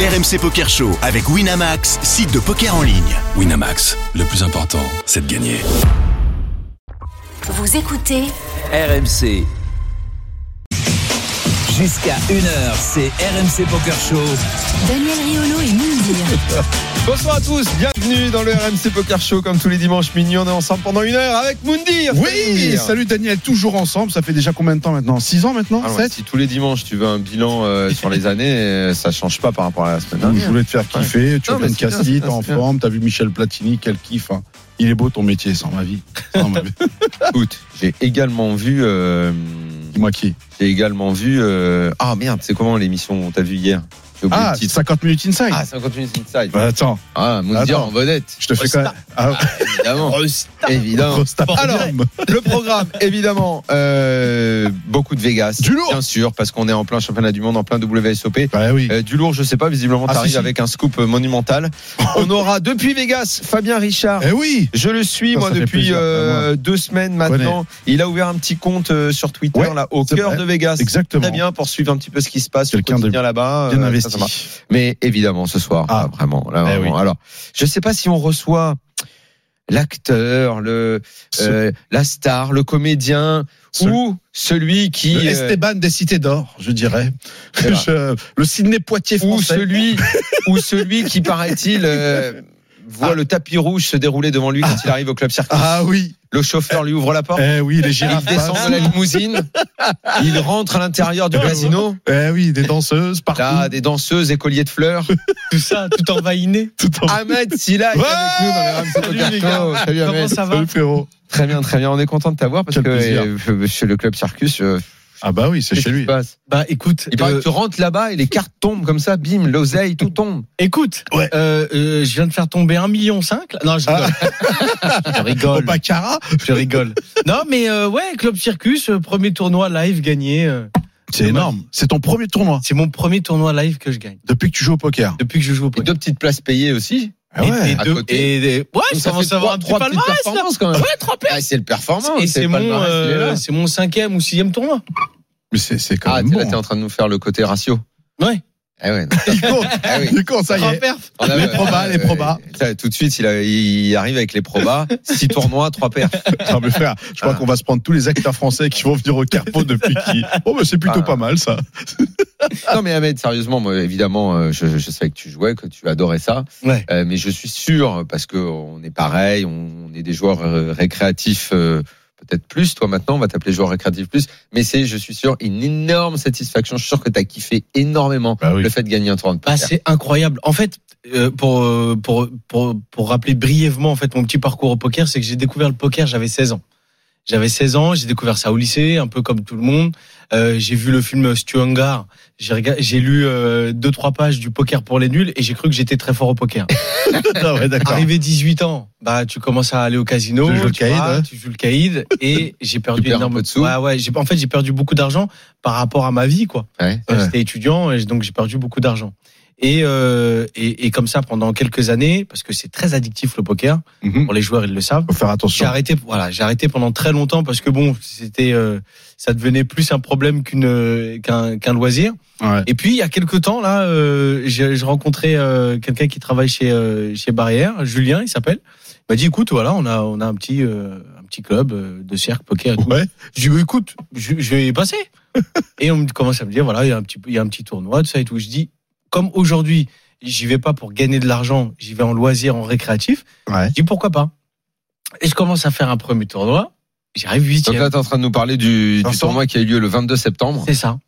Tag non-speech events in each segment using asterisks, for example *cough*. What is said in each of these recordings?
RMC Poker Show avec Winamax, site de poker en ligne. Winamax, le plus important, c'est de gagner. Vous écoutez RMC. Jusqu'à 1h, c'est RMC Poker Show. Daniel Riolo et Moundir. Bonsoir à tous, bienvenue dans le RMC Poker Show comme tous les dimanches minuit, on est ensemble pendant une heure avec Moundir Oui, salut Daniel, toujours ensemble. Ça fait déjà combien de temps maintenant 6 ans maintenant Ah ouais, 7 Si tous les dimanches tu veux un bilan *laughs* euh, sur les années, euh, ça change pas par rapport à la semaine Je dernière. voulais te faire kiffer. Tu Ah Non, mais reviens de c'est bien, Castille, c'est t'es en bien. forme, t'as vu Michel Platini, quel kiff. hein. Il est beau ton métier, sans ma vie. Sans ma vie. Écoute, j'ai également vu, euh, Dis-moi qui. j'ai également vu. euh, Ah merde, c'est comment l'émission qu'on t'a vu hier J'ai oublié Ah, le titre. 50 minutes inside. Ah, 50 minutes inside. Bah, attends, Ah, Moundir Attends. en vedette. je te fais quand même. Ah, Évidemment. Évidemment. Costa Alors, Palme. Le programme, évidemment, euh, beaucoup de Vegas. Du lourd. Bien sûr, parce qu'on est en plein championnat du monde, en plein WSOP. Bah oui. Euh, du lourd, je sais pas, visiblement, Ah, t'arrives si, si. avec un scoop euh, *laughs* monumental. On aura depuis Vegas Fabien Richard. Eh oui Je le suis, Ça, moi, ça fait depuis plaisir, Ah, euh, deux semaines maintenant. Il a ouvert un petit compte euh, sur Twitter, Ouais, là, au c'est cœur vrai. de Vegas. Exactement. Très bien, pour suivre un petit peu ce qui se passe, le Quelqu'un de quotidien là-bas. Bien euh, investi. ça, ça marche. Mais évidemment, ce soir, Ah. ah, vraiment. Là, Eh vraiment. oui. Alors, je sais pas si on reçoit l'acteur, le, Ce- euh, la star, le comédien Ce- ou celui qui le euh, Esteban des Cités d'Or, je dirais. C'est vrai. *laughs* Je- le Sydney Poitiers ou français. *laughs* celui ou celui qui paraît-il euh, voit le tapis rouge se dérouler devant lui quand il arrive au club circus. Ah oui. Le chauffeur lui ouvre la porte. Eh ah. oui, les girafes. Oh. Il descend passent. de la limousine, il rentre à l'intérieur du casino. Eh oui, des danseuses partout. Là, des danseuses, écoliers de *laughs* fleurs. tout ça, tout envahiné. Tout Ah, en... Ahmed Silla est Ouais avec nous dans le RMC Salut, Poker les gars. Show. Salut, Comment Ahmed. ça va Salut, frérot. Très bien, très bien. On est content de t'avoir parce Quel que plaisir. euh, chez le club circus, euh, Ah bah oui, c'est qu'est-ce chez qui lui. se passe Bah écoute, Il paraît euh, que tu rentres là-bas et les cartes tombent comme ça, bim, l'oseille, tout tombe. écoute, Ouais. euh, euh, je viens de faire tomber 1,5 million. Non, je Ah. rigole. *laughs* je rigole. Bacara Je rigole. Non, mais euh, ouais, Club Circus, euh, premier tournoi live gagné. euh, C'est Dommage. énorme. C'est ton premier tournoi c'est mon premier tournoi live que je gagne depuis que tu joues au poker. depuis que je joue au Et poker. deux petites places payées aussi. Ah et, ouais. à deux- côté. et des- ouais, Donc fait ça commence à trois- avoir un petit trois petites palmarès là. performances, quand même. Ouais, trois places. Ah, c'est le performant. Et c'est c'est le mon, palmarès, il est là. euh, c'est mon cinquième ou sixième tournoi. Mais c'est c'est quand Ah, même t'es là, t'es bon. en train de nous faire le côté ratio. Ouais. Eh ouais. Il compte. Ah oui. Il compte, ça y Trois est. perfs. On a- *laughs* Les probas, les probas. Ça, Tout de suite, il, a- il arrive avec les *laughs* probas. Six tournois, trois paires. Non, mais frère, je crois Ah. qu'on va se prendre tous les acteurs français qui vont venir *laughs* au Carpo depuis qui. Bon, mais c'est plutôt Ah. pas mal ça. Non, mais Ahmed, sérieusement, moi, évidemment, euh, je, je savais que tu jouais, que tu adorais ça. Ouais. Euh, mais je suis sûr, parce que on est pareil, on, on est des joueurs euh, récréatifs, euh, peut-être plus. Toi, maintenant, on va t'appeler joueur récréatif plus. Mais c'est, je suis sûr, une énorme satisfaction. Je suis sûr que t'as kiffé énormément Bah oui. le fait de gagner un tournoi de Bah, poker. c'est incroyable. En fait, euh, pour, euh, pour, pour, pour rappeler brièvement en fait mon petit parcours au poker, c'est que j'ai découvert le poker, j'avais 16 ans. J'avais 16 ans, j'ai découvert ça au lycée, un peu comme tout le monde. Euh, j'ai vu le film Stu Hangar, j'ai rega- j'ai lu euh, deux trois pages du Poker pour les nuls et j'ai cru que j'étais très fort au poker. *laughs* Ah ouais, d'accord. Arrivé 18 ans, bah tu commences à aller au casino, Tu joues le tu, vois, caïd, ouais. tu joues le caïd et *laughs* j'ai perdu Tu perds un énormément peu de sous. Ouais ouais, j'ai en fait j'ai perdu beaucoup d'argent par rapport à ma vie quoi. Ouais. Euh, Ouais. J'étais étudiant et donc j'ai perdu beaucoup d'argent. Et, euh, et, et comme ça pendant quelques années, parce que c'est très addictif le poker, Mhm. pour les joueurs ils le savent. Faut faire J'ai attention. arrêté, voilà, j'ai arrêté pendant très longtemps parce que bon, c'était, euh, ça devenait plus un problème qu'une euh, qu'un qu'un loisir. Ouais. Et puis il y a quelques temps là, euh, j'ai j'ai rencontré euh, quelqu'un qui travaille chez euh, chez Barrière, Julien, il s'appelle. Il m'a dit écoute, voilà, on a on a un petit euh, un petit club euh, de cercle poker. et tout. Ouais. Je dis, écoute, je, je vais y passer. et on me commence à me dire, voilà, il y a un petit, il y a un petit tournoi, tout ça et tout. Je dis, comme aujourd'hui, j'y vais pas pour gagner de l'argent, j'y vais en loisir, en récréatif. Ouais. Je dis, pourquoi pas Et je commence à faire un premier tournoi, j'arrive Donc huitième. là, t'es en train de nous parler du, du 500. tournoi qui a eu lieu le 22 septembre, C'est ça.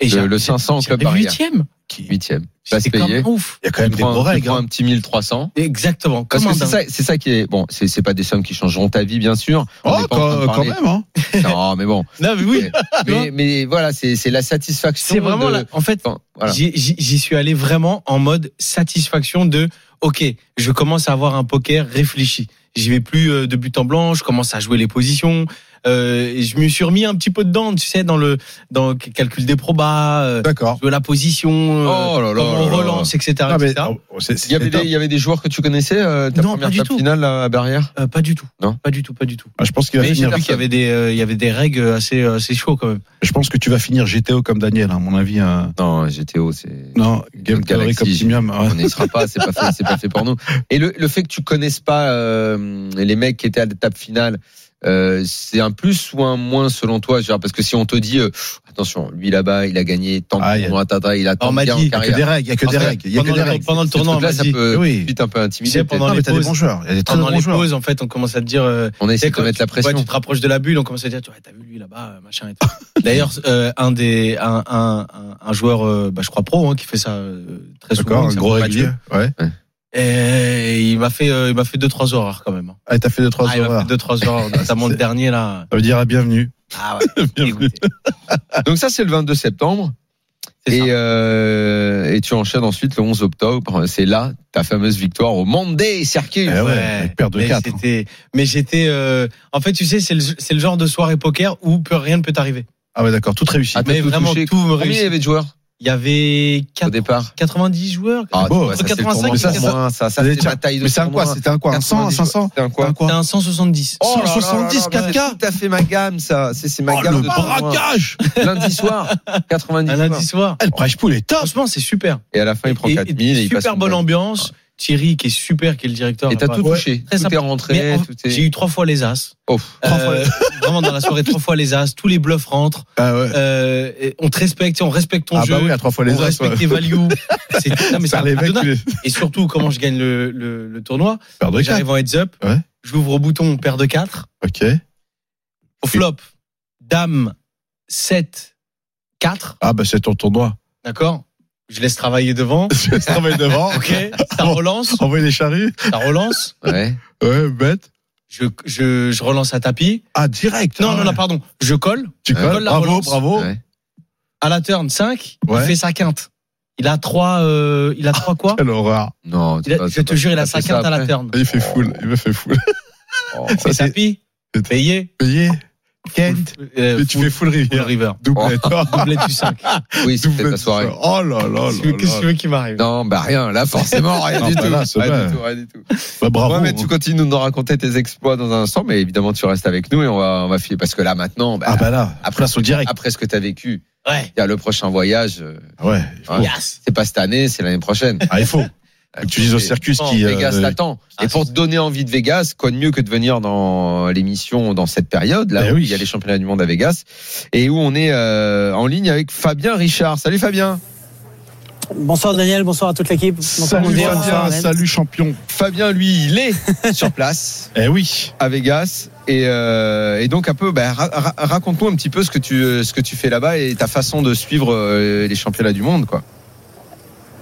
Et le, j'arrive- le 500 au club j'arrive barrière. huitième. Il 8 e Pas C'était comme payé. un ouf. y a quand même tu des prends, beaux tu règles. prends hein. un petit 1300. Exactement. Parce comme que un c'est dingue. ça, c'est ça qui est bon. C'est c'est pas des sommes qui changeront ta vie, bien sûr. On Oh, est pas en train de quand, quand parler- même, hein. Non, mais bon. Non, mais oui. Mais, mais voilà, c'est c'est la satisfaction. C'est vraiment de- là. En fait, Enfin, voilà. J'y- J'y j'y suis allé vraiment en mode satisfaction de OK, je commence à avoir un poker réfléchi. J'y vais plus euh, de but en blanc, je commence à jouer les positions, Euh, et je me suis remis un petit peu dedans, tu sais, dans le dans le calcul des probas, euh, D'accord. de la position, euh, Oh là là comment on là là. relance, etc. Ah, mais- etc. oh, c'est- c'est- Il y, avait des, il y avait des joueurs que tu connaissais, euh, ta Non, première pas du table tout. finale là, à Barrière Euh, pas du tout. Non. Pas du tout, pas du tout. Ah, Je pense qu'il va Mais j'ai finir. vu qu'il y avait des euh, il y avait des règles assez euh, assez chauds quand même. Je pense que tu vas finir GTO comme Daniel, hein, à mon avis. hein. Non, GTO, c'est. Non, Game Notre Theory galaxie, comme j'ai- Timium. On n'y sera pas, c'est pas fait, c'est pas fait pour nous. Et le, le fait que tu connaisses pas euh, les mecs qui étaient à l'étape finale, euh, c'est un plus ou un moins selon toi, Gérard Parce que si on te dit, euh, attention, lui là-bas, il a gagné tant Ah, de il y a- tournois, tata, il a tant on de m'a gains en dit que Il n'y a que des carrière. règles, il n'y a que Parce des que règles. Il y a que pendant des le- règles. pendant le Ces tournoi, on trucs-là, Là, m'a ça dit- peut Oui. vite un peu Tu intimider. sais, peut-être. pendant Non, les mais t'as des pauses, bons joueurs. Il y a des très pendant bons les joueurs. pauses en fait, on commence à te dire euh, On Tu sais, essaie de te quand mettre tu- la pression. ouais, tu te rapproches de la bulle, on commence à dire, tu vois, t'as vu lui là-bas, euh, machin. et tout. D'ailleurs, euh, un des, un, un, un, un joueur, euh, bah, je crois pro, hein, qui fait ça euh, très D'accord, souvent. un qui gros s'appelle régulier. Ouais. Mathieu. Et il m'a fait, euh, il m'a fait deux trois horreurs quand même. hein. Ah, t'as fait deux, trois Ah, il m'a erreurs. fait deux trois horreurs, notamment le dernier là. Ça veut dire ah, bienvenue. Ah ouais. écoutez, Donc ça, c'est le 22 septembre. c'est Et, ça. euh, et tu enchaînes ensuite le 11 octobre. C'est là ta fameuse victoire au Monday Circuit. Eh ouais, avec paire de mais quatre. c'était, mais j'étais, euh, en fait, tu sais, c'est le, c'est le genre de soirée poker où peu- rien ne peut t'arriver. Ah ouais, d'accord, tout réussi. Ah, t'as Mais tout vraiment, touché. tout me Combien il y réussit. avait de joueurs Il y avait au quatre- départ 90 joueurs. Ah, ouais, beau, ça, entre c'est le 85 tournoi et pour 80. moi, ça, ça, Mais c'est tiens, ma taille de Mais c'est un quoi tournoi. C'était un quoi Un 100, un 500 C'est un Un quoi C'était quoi un 170. Oh là là là 170, là là, 4K. C'est tout à fait ma gamme, ça. C'est c'est ma Oh, gamme le de tournoi. barracage Lundi soir, 90 un soir. lundi soir. Ah, Le prize pool est top Franchement, c'est super. Et à la fin, il prend Et- et 4000 et, il passe. super son bonne bac. ambiance. Thierry, qui est super, qui est le directeur. Et t'as là-bas. tout Ouais. touché. Très Tout simple. est Mais rentré. en- tout J'ai est- eu trois fois les as. Oh. Trois fois vraiment dans la soirée, trois fois les as. Tous les bluffs rentrent. Ah ouais. Euh, et on te respecte, on respecte ton Ah jeu. bah oui, à trois fois les on as, respecte ouais. tes values. C'est- non, mais c'est Ça un les mecs, donnard. tu les- Et surtout, comment je gagne le, le, le tournoi. Paire de quatre. J'arrive en heads up. Ouais. J'ouvre au bouton, paire de 4. Ok. Au flop, dame 7, 4. Ah bah c'est ton tournoi. D'accord Je laisse travailler devant. Je travaille devant. Ok, ça relance, Envoyer les charrues. ça relance. Ouais. Ouais, bête. je, je, je relance à tapis. Ah, direct. Non, Ah non, ouais. non, pardon. Je colle. Tu Ouais. colles. Colle la Bravo, relance. bravo. ouais. À la turn 5, Ouais. Ah, il fait sa quinte. Il a 3, euh, il a trois quoi Quelle horreur. Non, Il a- Je te jure, il a sa quinte à la terre. turn. Il fait full. Il me fait full. Fait c'est- tapis, c'est- payé. Payé. Euh, Mais tu full- fais full full rivière. river. Doublette. *laughs* Doublé du 5. Oui, Oh. c'était Doublette. ta soirée. *laughs* Oh là là là. Qu'est-ce que là. tu veux qu'il m'arrive Non, bah rien, là forcément rien Non, du bah tout. là, c'est Rien vrai. du tout, rien du tout. Bah, bravo. Ouais, mais tu continues de nous raconter tes exploits dans un instant, mais évidemment tu restes avec nous et on va, on va filer parce que là maintenant, bah, Ah bah là. après- Après là, sur le direct. après ce que t'as vécu, Ouais. il y a le prochain voyage. euh, Ouais. Ah. Yes. C'est pas cette année, c'est l'année prochaine. Ah, *laughs* il faut. Faut *laughs* Que tu dises au circus Non, qui. euh, Vegas t'attend. Et Ah, pour te c'est- donner envie de Vegas, quoi de mieux que de venir dans l'émission dans cette période là Eh où oui. il y a les championnats du monde à Vegas et où on est euh, en ligne avec Fabien Richard. Salut Fabien. Bonsoir Daniel, bonsoir à toute l'équipe. Bonsoir Salut, Mondial, bonsoir Fabien, Arnaud. salut champion. Fabien lui, il *laughs* est sur place. Eh oui. à Vegas et, euh, et donc un peu bah, ra- ra- raconte-nous un petit peu ce que tu euh, ce que tu fais là-bas et ta façon de suivre euh, les championnats du monde quoi.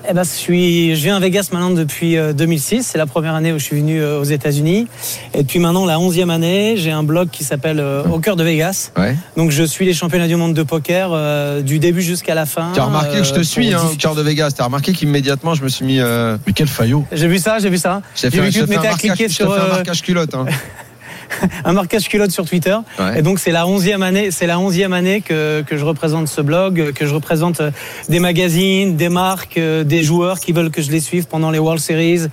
Eh ben, je, suis, je viens à Vegas maintenant depuis euh, 2006. C'est la première année où je suis venu euh, aux États-Unis. Et depuis maintenant la 11e année, j'ai un blog qui s'appelle euh, Au cœur de Vegas. Ouais. Donc je suis les championnats du monde de poker euh, du début jusqu'à la fin. Tu as remarqué que je te euh, suis pour hein, au dix- cœur de Vegas. T'as remarqué qu'immédiatement je me suis mis. Euh, Mais quel faillot. J'ai vu ça, j'ai vu ça. j'ai J'ai fait, un- vu que j'ai tu te fait un mettais à marquage, cliquer j'ai sur, fait un euh, marquage culotte. Hein. Un marquage culotte sur Twitter. Ouais. Et donc c'est la 11e année, c'est la 11e année que, que je représente ce blog, que je représente euh, des magazines, des marques, euh, des joueurs qui veulent que je les suive pendant les World Series.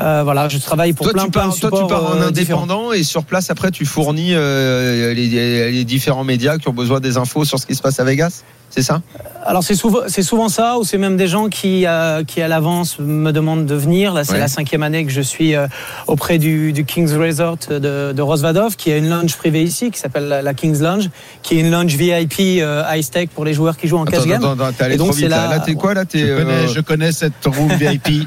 Euh, voilà, je travaille pour Toi, plein tu plein pars, de toi, tu supports, pars en euh, différents. indépendant et sur place après tu fournis euh, les, les- les différents médias qui ont besoin des infos sur ce qui se passe à Vegas. C'est ça Alors c'est souvent, c'est souvent ça, ou c'est même des gens qui, euh, qui à l'avance me demandent de venir. Là, c'est Ouais. la cinquième année que je suis euh, auprès du, du King's Resort de, de Rosvadov, qui a une lounge privée ici, qui s'appelle la, la King's Lounge, qui est une lounge VIP euh, high-tech pour les joueurs qui jouent en cash Attends, game. attends, attends, t'es allé Et donc, trop vite. c'est Là, la- Là, t'es quoi là T'es. Je euh, connais, je connais cette room VIP.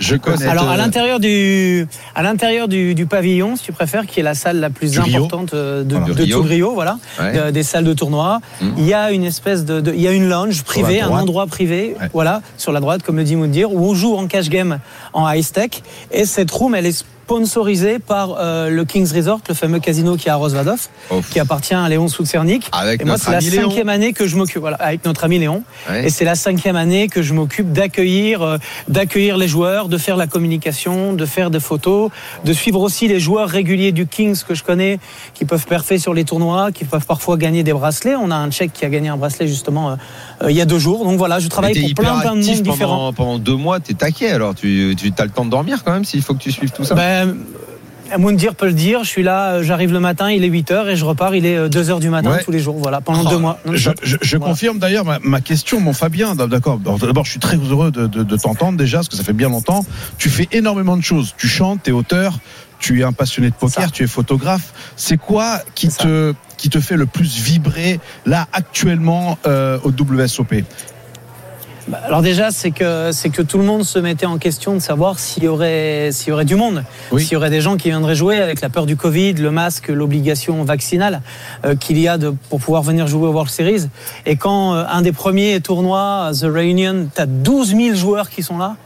Je connais. Alors à euh, l'intérieur du à l'intérieur du, du pavillon, si tu préfères, qui est la salle la plus Du Rio. importante euh, de, Voilà. de Du Rio. tout le Rio, voilà, Ouais. euh, des salles de tournoi. Mhm. Il y a une espèce de, de- il y a une lounge privée, un droite. endroit privé, Ouais. voilà, sur la droite, comme le dit Moundir, où on joue en cash game en high tech. Et cette room, elle est sponsorisé par euh, le Kings Resort, le fameux casino qui est à Rosvadov, Oh, qui appartient à Léon Soutsernik. Avec Et moi, notre c'est la ami Léon. cinquième année que je m'occupe, voilà, avec notre ami Léon. Ouais. Et c'est la cinquième année que je m'occupe d'accueillir, euh, d'accueillir les joueurs, de faire la communication, de faire des photos, de suivre aussi les joueurs réguliers du Kings que je connais, qui peuvent perfer sur les tournois, qui peuvent parfois gagner des bracelets. On a un Tchèque qui a gagné un bracelet justement euh, euh, il y a deux jours. Donc voilà, je travaille Mais t'es pour plein, plein de hyperactif monde différents. pendant, pendant deux mois, t'es taqué alors. Tu, tu as le temps de dormir quand même s'il faut que tu suives tout ça. Ben, euh, Moundir peut le dire, je suis là, euh, j'arrive le matin, il est 8h et je repars, il est euh, 2h du matin Ouais. tous les jours, voilà, pendant Oh, deux mois. Je, non-stop. je- je Voilà. confirme d'ailleurs ma, ma question, mon Fabien. D'accord. D'abord, je suis très heureux de, de- de t'entendre déjà, parce que ça fait bien longtemps. Tu fais énormément de choses. Tu chantes, tu es auteur, tu es un passionné de C'est ça. poker, tu es photographe. C'est quoi qui C'est ça. te, qui te fait le plus vibrer là actuellement euh, au WSOP Bah, Alors déjà, c'est que, c'est que tout le monde se mettait en question de savoir s'il y aurait, s'il y aurait du monde, Oui. s'il y aurait des gens qui viendraient jouer avec la peur du Covid, le masque, l'obligation vaccinale euh, qu'il y a de, pour pouvoir venir jouer au World Series. Et quand euh, un des premiers tournois, The Reunion, t'as 12 000 joueurs qui sont là.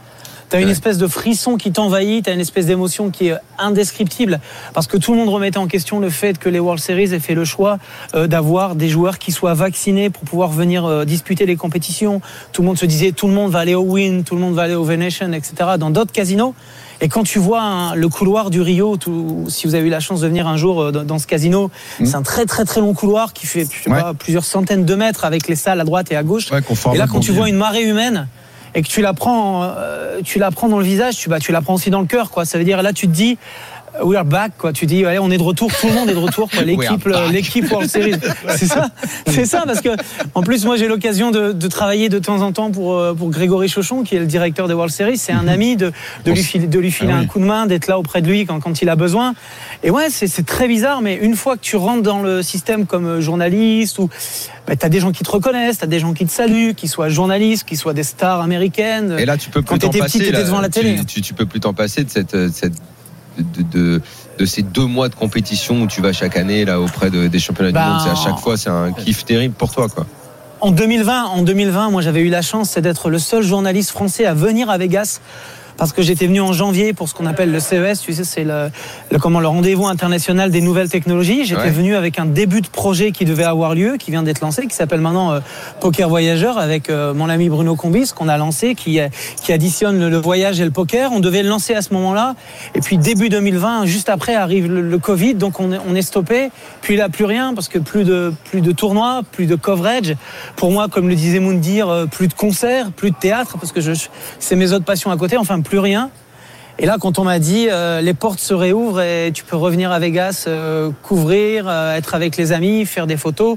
T'as une Ouais. espèce de frisson qui t'envahit, t'as une espèce d'émotion qui est indescriptible, parce que tout le monde remettait en question le fait que les World Series aient fait le choix euh, d'avoir des joueurs qui soient vaccinés pour pouvoir venir euh, disputer les compétitions. Tout le monde se disait, tout le monde va aller au Win, tout le monde va aller au Venetian, etc. Dans d'autres casinos. Et quand tu vois hein, le couloir du Rio, tout- si vous avez eu la chance de venir un jour euh, dans, dans ce casino, c'est un très très très long couloir qui fait je sais Hmm. Ouais. pas, plusieurs centaines de mètres avec les salles à droite et à gauche. Ouais, conforme Et là, à quand tu Bourdieu. vois une marée humaine et que tu la prends, euh, tu la prends dans le visage, tu, bah, tu la prends aussi dans le cœur, quoi. Ça veut dire là, tu te dis. euh, We are back, quoi. Tu dis, allez, on est de retour, tout le monde est de retour, quoi. L'équipe, *laughs* We are euh, back. l'équipe *laughs* World Series. C'est ça, c'est ça, parce que, en plus, moi, j'ai l'occasion de, de travailler de temps en temps pour, euh, pour Grégory Chauchon, qui est le directeur des World Series. C'est un Mhm. ami de, de lui filer, de lui filer Ah un coup de main, d'être là auprès de lui quand, quand il a besoin. Et ouais, c'est c'est très bizarre, mais une fois que tu rentres dans le système comme euh, journaliste, ou bah, t'as des gens qui te reconnaissent, t'as des gens qui te saluent, qu'ils soient journalistes, qu'ils soient des stars américaines. Et là, tu peux plus Quand t'en t'étais passer. petit, t'étais là. devant la Tu- télé. hein. Tu, tu peux plus t'en passer de cette, de cette- de, de- de ces deux mois de compétition où tu vas chaque année là auprès de- des championnats Bah, euh, du monde. C'est à chaque fois, c'est un kiff terrible pour toi, quoi. En 2020, en 2020, moi j'avais eu la chance c'est d'être le seul journaliste français à venir à Vegas parce que j'étais venu en janvier pour ce qu'on appelle le CES, tu sais, c'est le, le- comment le rendez-vous international des nouvelles technologies. J'étais Ouais. venu avec un début de projet qui devait avoir lieu, qui vient d'être lancé, qui s'appelle maintenant euh, Poker Voyageur avec euh, mon ami Bruno Combis qu'on a lancé, qui euh, qui additionne le, le voyage et le poker. On devait le lancer à ce moment-là, et puis début 2020, juste après arrive le, le Covid, donc on est, on est stoppé. Puis là, plus rien parce que plus de plus de tournois, plus de coverage. Pour moi, comme le disait Moundir, euh, plus de concerts, plus de théâtre parce que je, je- c'est mes autres passions à côté. Enfin, plus rien. Et là, quand on m'a dit euh, les portes se réouvrent et tu peux revenir à Vegas, euh, couvrir, euh, être avec les amis, faire des photos,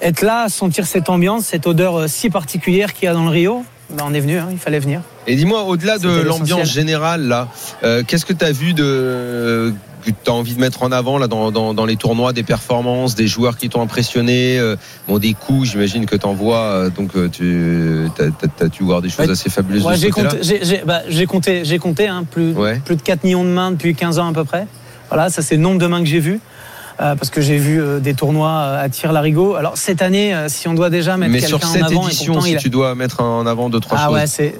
être là, sentir cette ambiance, cette odeur euh, si particulière qu'il y a dans le Rio, ben on est venu, hein, il fallait venir. Et dis-moi, au-delà de C'était l'ambiance l'essentiel. générale, là, euh, qu'est-ce que tu as vu de que tu as envie de mettre en avant là dans, dans, dans les tournois des performances des joueurs qui t'ont impressionné euh, bon des coups j'imagine que t'en vois euh, donc euh, tu t'as, t'as- t'as dû voir des choses Ouais. assez fabuleuses Ouais, de ce j'ai côté-là compté, j'ai- j'ai- bah, j'ai compté, j'ai compté hein, plus, Ouais. plus de 4 millions de mains depuis 15 ans à peu près. Voilà, ça c'est le nombre de mains que j'ai vues. euh, parce que j'ai vu euh, des tournois euh, à tir larigot. Alors cette année, euh, si on doit déjà mettre mais sur quelqu'un en cette avant, et édition pourtant, si il a- tu dois mettre en avant deux trois ah choses ouais, c'est euh,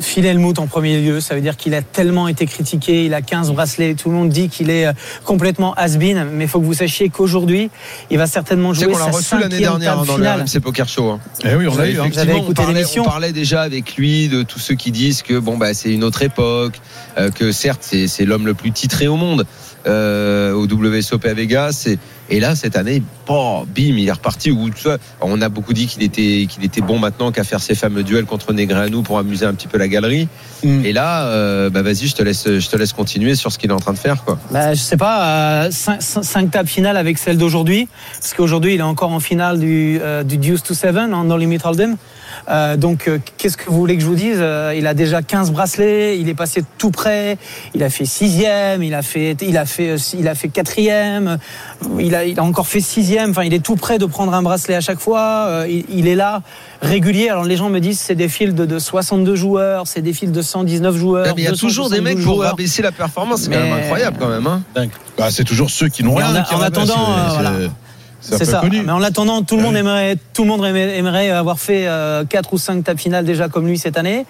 Phil Hellmuth en premier lieu. Ça veut dire qu'il a tellement été critiqué. Il a 15 bracelets. Tout le monde dit qu'il est euh, complètement has-been. Mais il faut que vous sachiez qu'aujourd'hui, il va certainement Tu sais jouer qu'on l'a sa reçu l'année cinquième dernière hein, table dans le finale. RMC Poker Show. hein. Eh oui, on l'a eu. hein. Effectivement, écouté on parlait- l'émission. On parlait déjà avec lui de tous ceux qui disent que bon bah c'est une autre époque, euh, que certes c'est c'est l'homme le plus titré au monde euh, au WSOP à Vegas. Et, et là cette année, bon, bim, il est reparti. Où, tu vois, on a beaucoup dit qu'il était qu'il était bon maintenant qu'à faire ces fameux duels contre Negreanu pour amuser un petit peu la galerie. Mm. Et là, euh, bah vas-y, je te laisse je te laisse continuer sur ce qu'il est en train de faire quoi. Bah, je sais pas, 5 tables finales avec celle d'aujourd'hui, parce qu'aujourd'hui il est encore en finale du, euh, du Deuce to Seven en No Limit Hold'em. Euh, donc euh, qu'est-ce que vous voulez que je vous dise Euh, Il a déjà 15 bracelets, il est passé tout près, il a fait sixième, il a fait, il a fait, euh, il a fait quatrième, euh, il a, il a encore fait sixième. Enfin, il est tout près de prendre un bracelet à chaque fois. Euh, il, il est là régulier. Alors les gens me disent c'est des fields de 62 joueurs, c'est des fields de 119 joueurs. Eh, mais il y a toujours des mecs 272 pour joueurs. abaisser la performance. C'est quand Mais- même incroyable quand même. Hein. Bah, c'est toujours ceux qui n'ont Mais rien. en a- qui en ramassent, attendant, c'est- euh, c'est- voilà. un C'est peu Ah ça. Ah, connu. Mais en attendant, tout le monde aimerait, tout le monde aimerait aimerait euh, avoir fait 4 ou 5 tapes finales déjà comme lui cette année.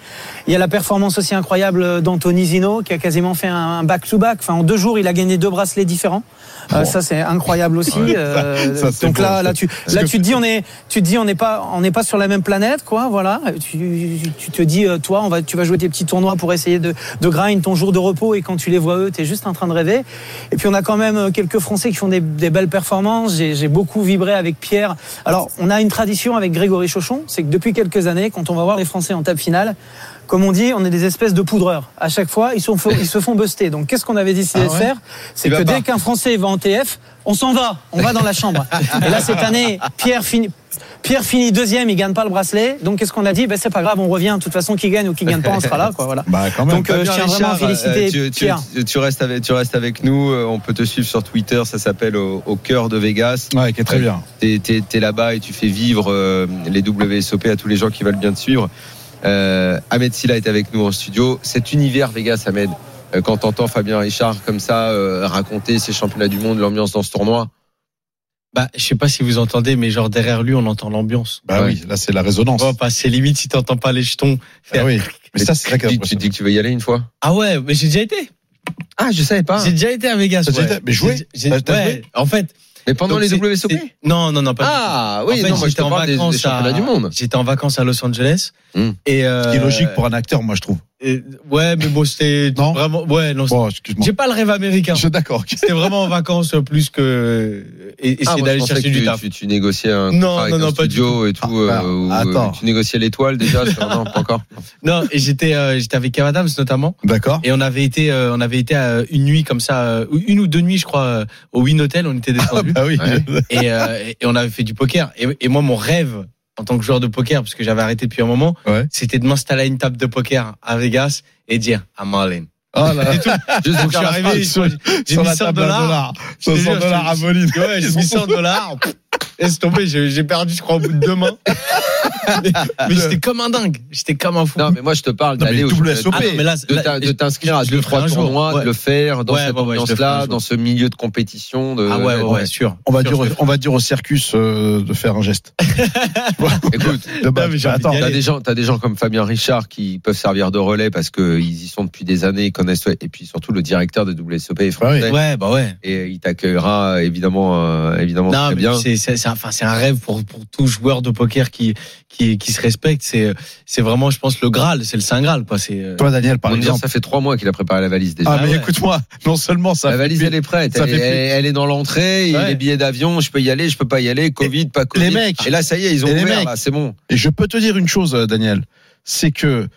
Il y a la performance aussi incroyable d'Anthony Zino qui a quasiment fait un un back-to-back. Enfin, en deux jours, il a gagné deux bracelets différents. Euh, Bon. Ça, c'est incroyable aussi. Ouais, ça- Euh, ça, c'est donc bon, là, ça. là, tu, Parce là, que- tu te dis, on est, tu te dis, on n'est pas, on n'est pas sur la même planète, quoi. Voilà. Tu, tu te dis, euh, toi, on va, tu vas jouer tes petits tournois pour essayer de, de grind ton jour de repos et quand tu les vois eux, t'es juste en train de rêver. Et puis on a quand même euh, quelques Français qui font des, des belles performances. J'ai j'ai beaucoup vibré avec Pierre. Alors, on a une tradition avec Grégory Chauchon, c'est que depuis quelques années, quand on va voir les Français en table finale, comme on dit, on est des espèces de poudreurs. À chaque fois, ils, sont, ils se font buster. Donc, qu'est-ce qu'on avait décidé Ah de ouais faire C'est Il que va dès pas. qu'un Français va en TF, on s'en va, on va dans la chambre. Et là, cette année, Pierre finit. Pierre finit deuxième, il gagne pas le bracelet. Donc qu'est-ce qu'on a dit Ben c'est pas grave, on revient. De toute façon, qui gagne ou qui gagne pas, on sera là, quoi. Voilà. Bah, quand même. Donc, euh, je tiens vraiment à féliciter euh, tu, tu- Pierre. tu- tu restes avec, tu restes avec nous. euh, On peut te suivre sur Twitter. Ça s'appelle au, au cœur de Vegas. Ouais, qui est très bien. T'es es, là-bas et tu fais vivre euh, les WSOP à tous les gens qui veulent bien te suivre. Euh, Ahmed Silla est avec nous en studio. Cet univers Vegas, Ahmed, euh, quand t'entends Fabien Richard comme ça euh, raconter ses championnats du monde, l'ambiance dans ce tournoi. Bah, je sais pas si vous entendez, mais genre derrière lui, on entend l'ambiance. Bah Ouais. oui, là c'est la résonance. On va passer limite si t'entends pas les jetons. Ah oui. Mais ça c'est tu, très tu, tu dis que tu veux y aller une fois. Ah ouais, mais j'ai déjà été. Ah, je savais pas. J'ai déjà été à Vegas. T'as déjà ouais. été- mais joué J'ai- j'ai- T'as- t'as ouais, joué En fait. Mais pendant donc les c'est- WSOP. c'est- Non, non, non, pas. du tout. Ah oui, En fait, non, moi je te j'étais en parle des, des vacances à- championnats du monde. J'étais en vacances à Los Angeles. Hmm. Et euh, Ce qui est logique pour un acteur, moi je trouve. et- ouais, mais bon, c'était *laughs* Non vraiment. Ouais, non. Bon, excuse-moi. J'ai pas le rêve américain. Je suis d'accord. *laughs* C'était vraiment en vacances euh, plus que et, essayer Ah, moi, je d'aller pensais chercher que du tu, taf. Tu, tu négociais un Non, contrat avec non, un non, pas du studio et tout. Ah, euh, bah, où, euh, attends. tu négociais l'étoile déjà. *laughs* je- non, pas encore. Non, et j'étais euh, j'étais avec Kev Adams notamment. D'accord. Et on avait été euh, on avait été à une nuit comme ça, euh, ou une ou deux nuits je crois, euh, au Win Hotel. On *laughs* était descendu. Ah oui. Ouais. et, euh, et- et on avait fait du poker. Et, et moi, mon rêve en tant que joueur de poker, parce que j'avais arrêté depuis un moment, Ouais. c'était de m'installer à une table de poker à Vegas et dire I'm all in. Oh là là. *laughs* Juste pour je suis faire la arrivé, j'ai sur- j'ai sur mis la 100 table à dollars. dollars. Je te 500 jure, dollars à je- Moline. *laughs* Ouais, j'ai mis 100 dollars. Laisse tomber, j'ai j'ai perdu, je crois, au bout de *laughs* deux mains. Mais, mais j'étais comme un dingue, j'étais comme un fou. Non, mais moi je te parle Non, mais d'aller au WSOP. championnat Ah non, mais là, de là, t'in- de je- t'inscrire à je deux le ferai trois un jour, tournois, ouais. de le faire dans Ouais, cette ouais, ouais, je le ferai un ambiance-là, jour. dans ce milieu de compétition. De, ah ouais, ouais, d'être- ouais, sûr. euh, On va Sûr, dire, sûr. au- on va dire au circus euh, de faire un geste. *laughs* Écoute, De base. Non, mais j'ai envie Attends, d'y t'as Allez. des gens, t'as des gens comme Fabien Richard qui peuvent servir de relais parce que ils y sont depuis des années, ils connaissent et puis surtout le directeur de WSOP est français. Ouais, Ouais, bah ouais. Et il t'accueillera évidemment, euh, évidemment Non, très mais bien. c'est c'est- c'est un, enfin, c'est un rêve pour, pour tout joueur de poker qui, qui, qui se respecte. C'est c'est vraiment, je pense, le Graal, c'est le Saint Graal. Quoi. C'est, euh, toi Daniel par On dire, exemple. ça fait trois mois qu'il a préparé la valise déjà. Ah mais ouais. écoute-moi, non seulement ça. la fait valise, pire- elle est prête. ça Elle, fait est- plus- elle est dans l'entrée. il y a Ouais. Les billets d'avion, je peux y aller, je peux pas y aller. Covid, pas Covid. les mecs. Et là, ça y est, ils ont Et les ouvert. mecs. là, C'est bon. Et je peux te dire une chose, euh, Daniel, c'est que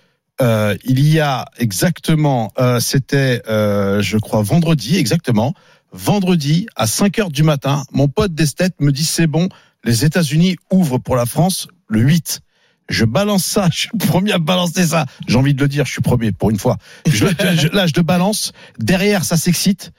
euh, il y a exactement, euh, c'était, euh, je crois, vendredi, exactement, vendredi à 5 heures du matin, mon pote d'esthète me dit c'est bon, les États-Unis ouvrent pour la France le 8. Je balance ça, *laughs* je suis le premier à balancer ça. J'ai envie de le dire, je suis premier pour une fois. Je, je- là, je le balance. Derrière, ça s'excite.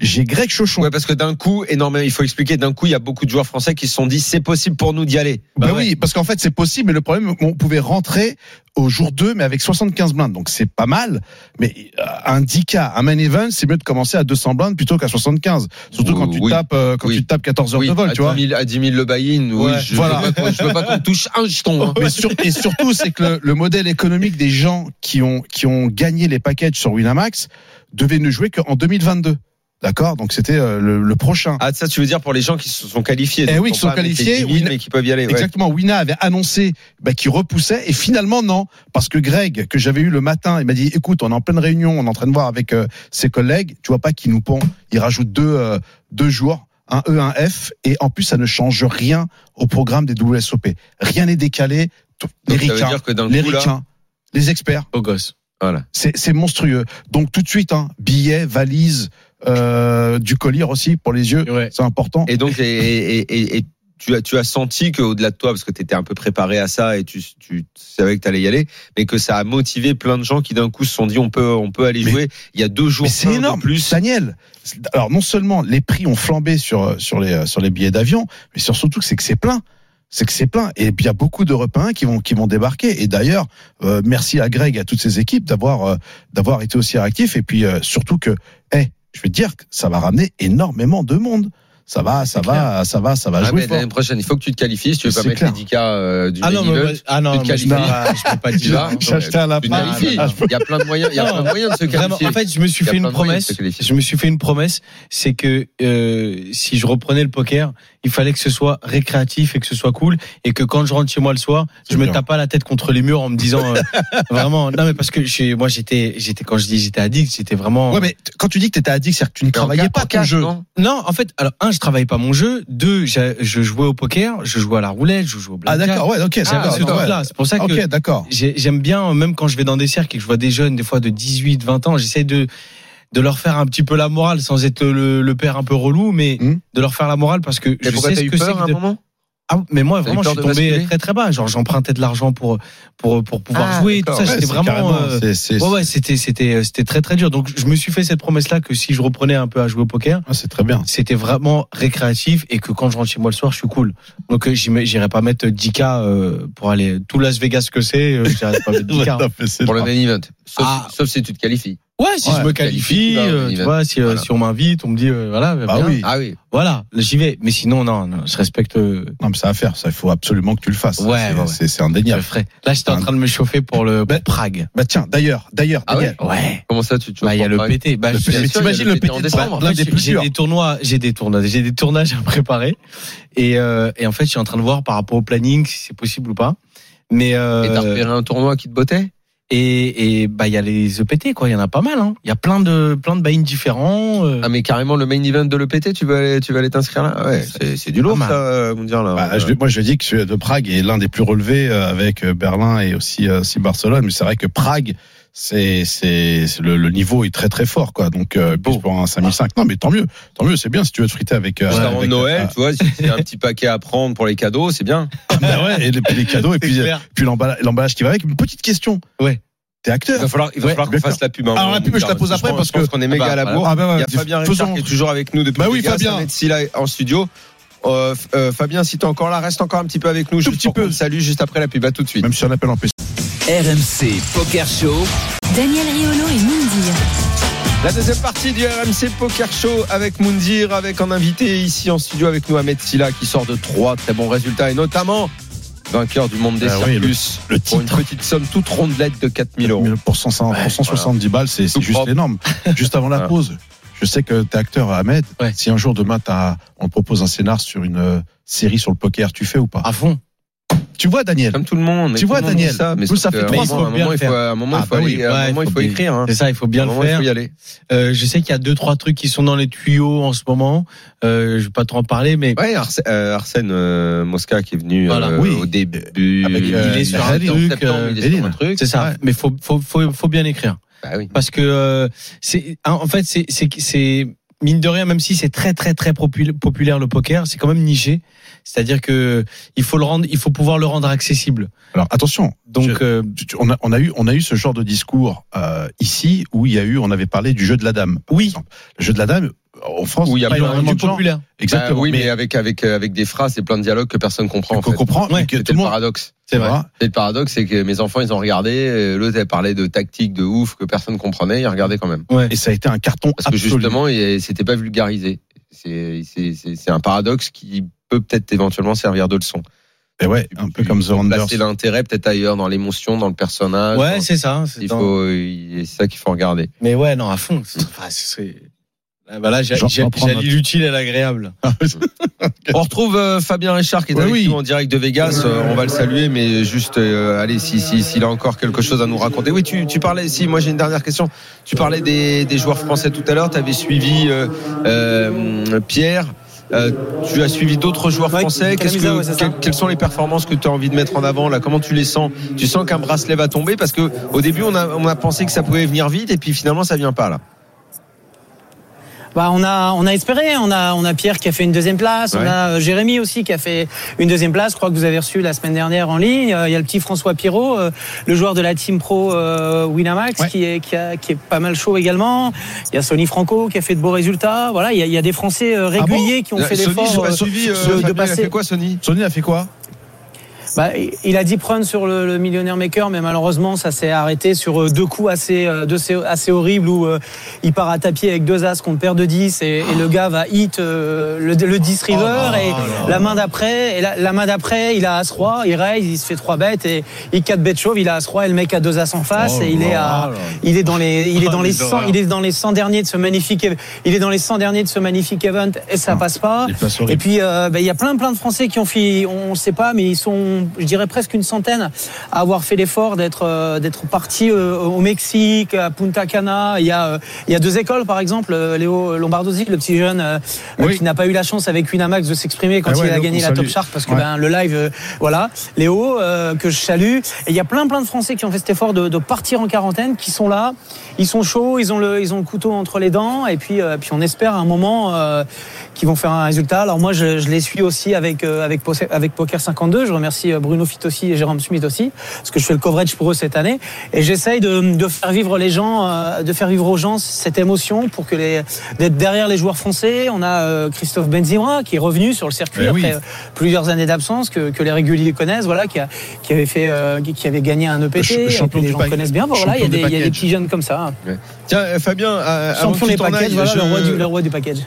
J'ai Greg Chauchon. Ouais, parce que d'un coup, énormément, il faut expliquer, d'un coup, il y a beaucoup de joueurs français qui se sont dit, c'est possible pour nous d'y aller. Bah, Bah ouais. oui, parce qu'en fait, c'est possible, mais le problème, on pouvait rentrer au jour 2, mais avec 75 blindes. Donc, c'est pas mal. Mais euh, un 10K, un main event, c'est mieux de commencer à 200 blindes plutôt qu'à 75. Surtout Oui, quand tu oui. tapes, euh, quand Oui. tu tapes 14 heures Oui, de vol, à, tu vois. 10 000, à 10 000 le buy-in, oui, Ouais, je, voilà. veux pas qu'on- je veux pas qu'on touche un jeton. *laughs* hein. Mais sur- et surtout, c'est que le, le modèle économique des gens qui ont, qui ont gagné les packages sur Winamax devait ne jouer qu'en 2022. D'accord? Donc, c'était euh, le, le prochain. Ah, ça, tu veux dire pour les gens qui se sont qualifiés. Eh donc, oui, pour qui sont pas mettre les qualifiés, 10 000, oui. mais qui peuvent y aller. ouais. Exactement. Wina avait annoncé bah, qu'il repoussait et finalement non, parce que Greg que j'avais eu le matin, il m'a dit écoute, on est en pleine réunion, on est en train de voir avec euh, ses collègues, tu vois pas qu'ils nous pond, ils rajoutent deux euh, deux jours, un E, un F, et en plus ça ne change rien au programme des WSOP. Rien n'est décalé. Tout- les Donc, ça veut ricains, dire que d'un les coup, là, ricains, les experts, Beau gosse. voilà. c'est c'est monstrueux. Donc tout de suite, hein, billets, valises, euh, du collier aussi pour les yeux, Ouais. c'est important. Et donc, et, et- et- et tu as, tu as senti qu'au-delà de toi, parce que tu étais un peu préparé à ça et tu, tu savais que tu allais y aller, mais que ça a motivé plein de gens qui d'un coup se sont dit on peut, on peut aller Mais- jouer. Il y a deux jours Mais c'est plein de énorme, plus. Daniel. Alors non seulement les prix ont flambé sur sur les sur les billets d'avion, mais sur- surtout que c'est que c'est plein. C'est que c'est plein et puis il y a beaucoup d'Européens qui vont qui vont débarquer et d'ailleurs euh, merci à Greg et à toutes ses équipes d'avoir euh, d'avoir été aussi réactifs et puis euh, surtout que eh je vais te dire que ça va ramener énormément de monde ça va, ça va, ça va, ça va Ah, jouer mais fort. l'année prochaine, il faut que tu te qualifies. Si tu veux C'est pas mettre clair. les 10 euh, du Ah non, Benny mais, Belt, moi- ah non, tu mais te je- qualifies. non, je peux pas Tu vas, dire. *laughs* J'ai acheté un Tu te lapin. qualifies. Ah, je peux- Il y a plein de moyens, il y a Non, plein de moyens de se Vraiment, qualifier. en fait, je me Il suis y a fait plein une de moyens de se promesse. qualifier. Je me suis fait une promesse, c'est que euh, si je reprenais le poker, il fallait que ce soit récréatif et que ce soit cool, et que quand je rentre chez moi le soir, C'est je me bien. tape pas la tête contre les murs en me disant euh, *laughs* vraiment. Non, mais parce que je- moi j'étais, j'étais quand je dis j'étais addict, j'étais vraiment. Ouais, mais t- quand tu dis que t'étais addict, c'est-à-dire que tu ne Mais en travaillais quatre, pas en ton quatre, jeu. non Non, en fait, alors un, je travaillais pas mon jeu. Deux, j'a- je jouais au poker, je jouais à la roulette, je jouais au Ah blackjack. d'accord, ouais, ok, c'est Ah, bien, ce ouais. truc-là. C'est pour ça que Ok, d'accord. J'ai- J'aime bien, euh, même quand je vais dans des cercles et que je vois des jeunes, des fois de 18, 20 ans, j'essaie de, de leur faire un petit peu la morale sans être le, le père un peu relou, mais Hmm. de leur faire la morale parce que Mais je pourquoi sais t'as ce eu que c'est. peur à un que de- moment Ah, mais moi, T'as eu vraiment, je peur suis de tombé basculer très très bas. Genre, j'empruntais de l'argent pour, pour, pour pouvoir Ah, jouer et tout d'accord. ça. Ouais, J'étais c'est vraiment. carrément, euh, c'est- c'est- Ouais, ouais, c'était, c'était, euh, c'était très très dur. Donc, je me suis fait cette promesse-là que si je reprenais un peu à jouer au poker, Ah, c'est très bien. c'était vraiment récréatif et que quand je rentre chez moi le soir, je suis cool. Donc euh, j'y mets- j'irai pas mettre 10K euh, pour aller tout Las Vegas que c'est, euh, j'irai pas *laughs* mettre 10K. Non, mais c'est Pour le main event. Sauf, Ah. sauf si tu te qualifies. Ouais, si Ouais, je me qualifie, tu qualifie, vas au euh, main tu event. vois, si, euh, Voilà. si on m'invite, on me dit euh, voilà, Bah bien. oui. Ah oui. voilà, j'y vais. Mais sinon non, non, je respecte euh, Non, mais ça à faire, ça, il faut absolument que tu le fasses. Ouais, C'est- ouais, ouais. c'est c'est le indéniable. frais. Là, j'étais en train de me chauffer pour le pour Ben- Prague. Bah tiens, d'ailleurs, d'ailleurs, Ah Daniel, Ouais. Comment ça, tu te Bah, il y a le pas PT. Bah, Le je- PT, mais sûr, t'imagines il y a le PT en de décembre. Prague, Bah, l'un Après, des j'ai plus j'ai durs. des tournois, j'ai des tournois, j'ai des tournages à préparer. Et, euh, et en fait, je suis en train de voir par rapport au planning si c'est possible ou pas. Mais euh, Et t'as repéré un tournoi qui te bottait Et, et bah il y a les EPT quoi, il y en a pas mal. hein. Il y a plein de plein de buy-in différents. euh. Ah, mais carrément, le main event de l'EPT, tu vas aller, tu vas aller t'inscrire là Ah Ouais, c'est c'est du lourd, Pas mal. ça, euh, Mundir, là. Bah, je- Ouais. moi, je dis que celui de Prague est l'un des plus relevés euh, avec euh, Berlin et aussi, euh, aussi Barcelone. Mais c'est vrai que Prague, c'est, c'est, c'est le, le niveau est très très fort, quoi. Donc, euh, plus pour un 5005. Non, mais tant mieux, tant mieux. C'est bien si tu veux te friter avec. euh, Juste avant avec- Noël, tu vois, si c'est un petit paquet à prendre pour les cadeaux, c'est bien. Ah, *laughs* bah ouais, et les, puis les *laughs* cadeaux et puis, euh, clair. puis l'emballage, l'emballage qui va avec. Une petite question. Ouais. Il T'es va acteur. falloir, il va Ouais, falloir qu'on bien fasse la pub. hein, Alors, la pub, Mundir. je la pose Parce après, je parce pense que- qu'on est méga Ah bah, à la voilà. bourre. Ah bah ouais, Il y a dis- Fabien faisons Richard qui est toujours avec nous depuis Bah oui, Vegas, Fabien. Ahmed Silla est en studio. Euh, f- euh, Fabien, si t'es encore là, reste encore un petit peu avec nous. Tout juste petit pour peu. qu'on te Salue juste après la pub. À tout de suite. Même si on appelle en PC. RMC Poker Show. Daniel Riolo et Moundir. La deuxième partie du RMC Poker Show avec Moundir, avec un invité ici en studio avec nous, Ahmed Silla, qui sort de trois très bons résultats et notamment vainqueur du monde des Ah oui, circus le- le pour une titre. petite somme toute rondelette de 4000 euros. Pour, 100, pour 170 balles, c'est c'est Tout juste propre. énorme. Juste avant la Voilà. pause, je sais que t'es acteur, Ahmed. Ouais. Si un jour demain t'as, on te propose un scénar sur une euh, série sur le poker, tu fais ou pas Ah, à fond. Tu vois, Daniel Comme tout le monde. mais Tu tout vois, le monde dit Daniel, ça, mais nous, sauf ça que, fait à un trois moment, ans, à un bien moment, il faire. faut, à un moment, Ah il faut bah oui, aller- à un ouais, moment, il faut faut bien- écrire. hein. C'est ça, il faut À un bien le moment, il faire. faut y aller. Euh, je sais qu'il y a deux trois trucs qui sont dans les tuyaux en ce moment. Euh, je vais pas trop en parler, mais Ouais, Arse- euh, Arsène euh, Mosca qui est venu Voilà. euh, Oui. au début. Avec, euh, il est sur un en truc, septembre, euh, il est sur un Eline. truc. c'est ça. Ouais. Mais faut faut faut faut bien écrire Bah oui. parce que euh, c'est hein, en fait c'est c'est c'est mine de rien même si c'est très très très popul- populaire le poker, c'est quand même niché. C'est-à-dire que il faut le rendre, il faut pouvoir le rendre accessible. Alors attention, Donc Je- euh, tu- tu- on, a, on a eu on a eu ce genre de discours euh, ici où il y a eu on avait parlé du jeu de la dame. par Oui. exemple. Le jeu de la dame en France, Où il y a pas il est énormément rendu de gens. populaire. Exactement. Bah oui, mais, mais avec, avec, avec des phrases et plein de dialogues que personne comprend. en qu'on fait. comprend mais que C'était tout le le monde. paradoxe. C'est vrai. Voilà. Et le paradoxe, c'est que mes enfants, ils ont regardé. euh, L'autre, elle parlait de tactique de ouf que personne comprenait. Ils regardaient quand même. Et ça a été un carton Parce que absolu. justement, il- c'était pas vulgarisé. C'est c'est- c'est- c'est un paradoxe qui peut peut-être éventuellement servir de leçon. Et ouais, un peu comme The Rounders. Placer l'intérêt peut-être ailleurs, dans l'émotion, dans le personnage. Ouais, dans- c'est ça. c'est il dans- faut, il- c'est ça qu'il faut regarder. Mais ouais, non, à fond. Enfin, ce serait- Ah, bah là, j'a- J'en- j'a- j'en prends j'allie note. l'utile à l'agréable. On retrouve euh, Fabien Richard qui est Ouais, avec oui. nous en direct de Vegas. Euh, on va le saluer, mais juste, euh, allez, s'il si, s'il a encore quelque chose à nous raconter. Oui, tu, tu parlais, si, moi j'ai une dernière question. Tu parlais des, des joueurs français tout à l'heure, tu avais suivi euh, euh, Pierre. Euh, tu as suivi d'autres joueurs Ouais, français. Qu'est-ce Camisa, que- ouais, c'est ça. quelles- quelles sont les performances que tu as envie de mettre en avant là Comment tu les sens Tu sens qu'un bracelet va tomber parce que au début on a, on a pensé que ça pouvait venir vite et puis finalement ça vient pas là. Bah, on a, on a espéré. On a, on a Pierre qui a fait une deuxième place. Ouais. On a euh, Jérémy aussi qui a fait une deuxième place. Je crois que vous avez reçu la semaine dernière en ligne. Euh, Il y a le petit François Pirot, euh, le joueur de la team pro euh, Winamax, Ouais. qui, est, qui, a- qui est pas mal chaud également. Il y a Sony Franco qui a fait de beaux résultats. Voilà, il y a, il y a des Ah Français euh, réguliers qui ont fait Sony, l'effort j'ai pas euh, suivi, euh, de- de Fabien, il a passer. fait quoi Sony Sony a fait quoi Bah, il a dit prendre sur le, le millionnaire maker, mais malheureusement, ça s'est arrêté sur euh, deux coups assez, euh, deux- assez, assez horribles où euh, il part à tapis avec deux as qu'on perd de 10 et, et le gars va hit euh, le, le 10 river et la main d'après, et la, la main d'après, il a as roi, il raise, il se fait trois bêtes et il 4 bêtes chauve, il a as roi et le mec a deux as en face et il est à, il est dans les, il est dans les 100, il est dans les 100 derniers de ce magnifique, ev- il est dans les 100 derniers de ce magnifique event et ça passe pas. Ah, Il passe horrible. Et puis, euh, ben, il y a plein, plein de Français qui ont fait, on ne sait pas, mais ils sont, je dirais, presque une centaine à avoir fait l'effort d'être euh, d'être partis euh, au Mexique, à Punta Cana. Il y a, euh, il y a deux écoles, par exemple, euh, Léo Lombardozzi, le petit jeune euh, Oui. qui n'a pas eu la chance avec Winamax de s'exprimer quand Ah ouais, il a Léo, gagné on la salue. Top Shark, parce que Ouais. ben, le live, euh, voilà. Léo, euh, que je salue. Et il y a plein, plein de Français qui ont fait cet effort de, de partir en quarantaine, qui sont là, ils sont chauds, ils ont le, ils ont le couteau entre les dents, et puis, euh, puis on espère à un moment euh, qu'ils vont faire un résultat. Alors moi, je, je les suis aussi avec euh, avec Poker- avec Poker 52. Je remercie euh, Bruno Fitossi et Jérôme Smith aussi, parce que je fais le coverage pour eux cette année, et j'essaye de, de faire vivre les gens, euh, de faire vivre aux gens cette émotion pour que les d'être derrière les joueurs français. On a euh, Christophe Benzema qui est revenu sur le circuit Eh oui. après euh, plusieurs années d'absence que, que les réguliers connaissent, voilà, qui, a- qui avait fait, euh, qui qui avait gagné un EPT, Ch- et que champion les du gens pack- connaissent bien. Bon, voilà, il y, a champion du des- il y a des package. petits jeunes comme ça. Tiens, euh, Fabien, euh, avant que Champion tu des t'en packages, ailles, voilà, je- le, roi du, le roi du package.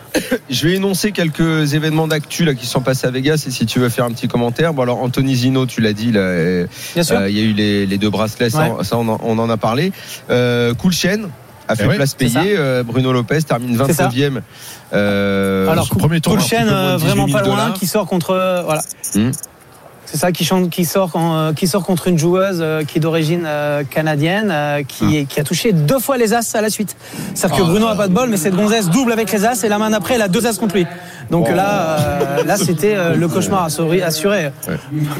Je vais énoncer quelques événements d'actu là, qui se sont passés à Vegas et si tu veux faire un petit commentaire. Bon, alors Anthony Zino, tu l'as dit, là, euh, Bien sûr. euh, il y a eu les, les deux bracelets, ça, Ouais. ça, on, en, on en a parlé. Euh, cool Chain a fait Eh oui, place c'est ça. payée. Euh, Bruno Lopez termine C'est ça. 29e. Euh, Alors, son premier tour, Kulchen, un petit peu moins de 18 000 euh, vraiment pas loin, dollars. qui sort contre. euh, voilà. Hmm. C'est ça qui, chante, qui, sort, quand, euh, qui sort contre une joueuse euh, qui est d'origine euh, canadienne, euh, qui, est- qui a touché deux fois les As à la suite. C'est-à-dire que Bruno a pas de bol, mais cette gonzesse double avec les As et la main d'après, elle a deux As contre lui. Donc là, euh, là c'était euh, le cauchemar assuré. assuré.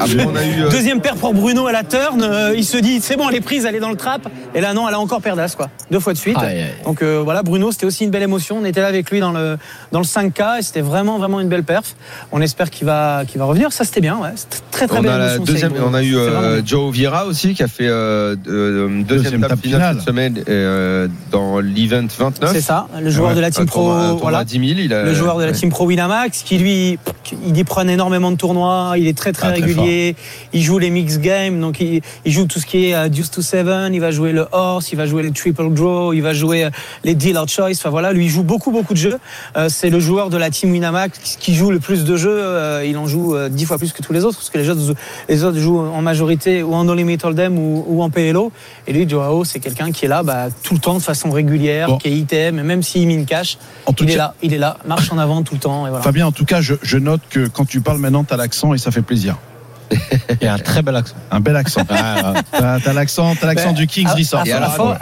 après, on a eu. euh, Deuxième paire pour Bruno à la turn. euh, il se dit, c'est bon, elle est prise, elle est dans le trap. Et là, non, elle a encore paire d'as, quoi. Deux fois de suite. Aïe, aïe. Donc euh, voilà, Bruno, c'était aussi une belle émotion. On était là avec lui dans le, dans le 5K et c'était vraiment, vraiment une belle perf. On espère qu'il va, qu'il va revenir. Ça, c'était bien, ouais. C'était très, très on belle a la émotion, deuxième, c'est- on a eu c'est euh, vraiment bien. Joe Vieira aussi qui a fait euh, euh, deuxième, Deuxième table table finale, finale. cette semaine euh, dans l'event 29. C'est ça, le joueur Ouais, de la un Team Pro. tournoi- un tournoi voilà. à 10 000, il euh, a- le joueur de la ouais. team pro Winamax qui lui il y prend énormément de tournois il est très très Ah, très régulier il joue les mix games donc il, il joue tout ce qui est euh, deuce to seven il va jouer le horse il va jouer le triple draw il va jouer euh, les dealer choice enfin voilà lui il joue beaucoup beaucoup de jeux Euh, c'est le joueur de la team Winamax qui joue le plus de jeux Euh, il en joue euh, dix fois plus que tous les autres parce que les autres les autres jouent en majorité ou en no limit hold'em ou, ou en PLO et lui Joao c'est quelqu'un qui est là bah, tout le temps de façon régulière Bon. qui est ITM et même s'il mine cash En tout il est cas- là, Ah, il est là, marche en avant tout le temps. Et voilà. Fabien, en tout cas, je, je note que quand tu parles maintenant, t'as l'accent et ça fait plaisir. *laughs* Il y a un très bel accent. Un bel accent. T'as t'as l'accent, t'as l'accent Ah, Ben, du Kings à- Resort. Et à la Ah, fois.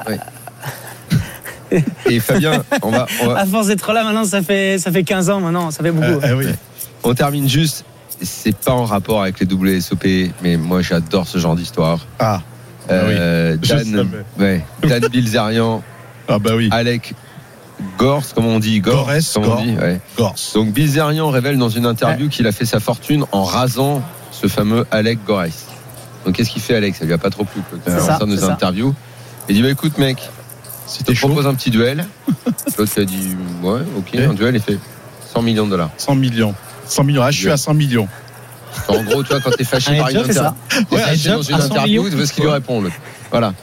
ouais. Et Fabien, on va, on, va- À force d'être là, maintenant, ça fait, ça fait 15 ans, maintenant, ça fait beaucoup. Euh, eh oui. on termine juste. C'est pas en rapport avec les WSOP, mais moi j'adore ce genre d'histoire. Ah. Euh, Je Dan, ouais, Dan Bilzerian, ah bah *laughs* oui. Alec Gorse, comme on dit, Gorse, Gorès, comme on Gorse. dit. ouais. Corse. Donc Bilzerian révèle dans une interview qu'il a fait sa fortune en rasant ce fameux Alec Gorès. Donc qu'est-ce qu'il fait Alec Ça lui a pas trop plu quoi, C'est en ça, termes de c'est ses ça. interviews. Il dit bah écoute mec, Si Je t'es te chaud, propose un petit *laughs* duel. L'autre il a dit ouais, ok, Ouais. un duel il fait 100 millions de dollars. 100 millions. 100 millions. Ah, je suis à 100 millions. Enfin, en gros, tu vois, quand t'es fâché Un par une headshot, c'est interview, ça. t'es Ouais, fâché un dans une headshot à 100 interview, millions. tu veux ce qu'il lui répond. l'autre. Voilà.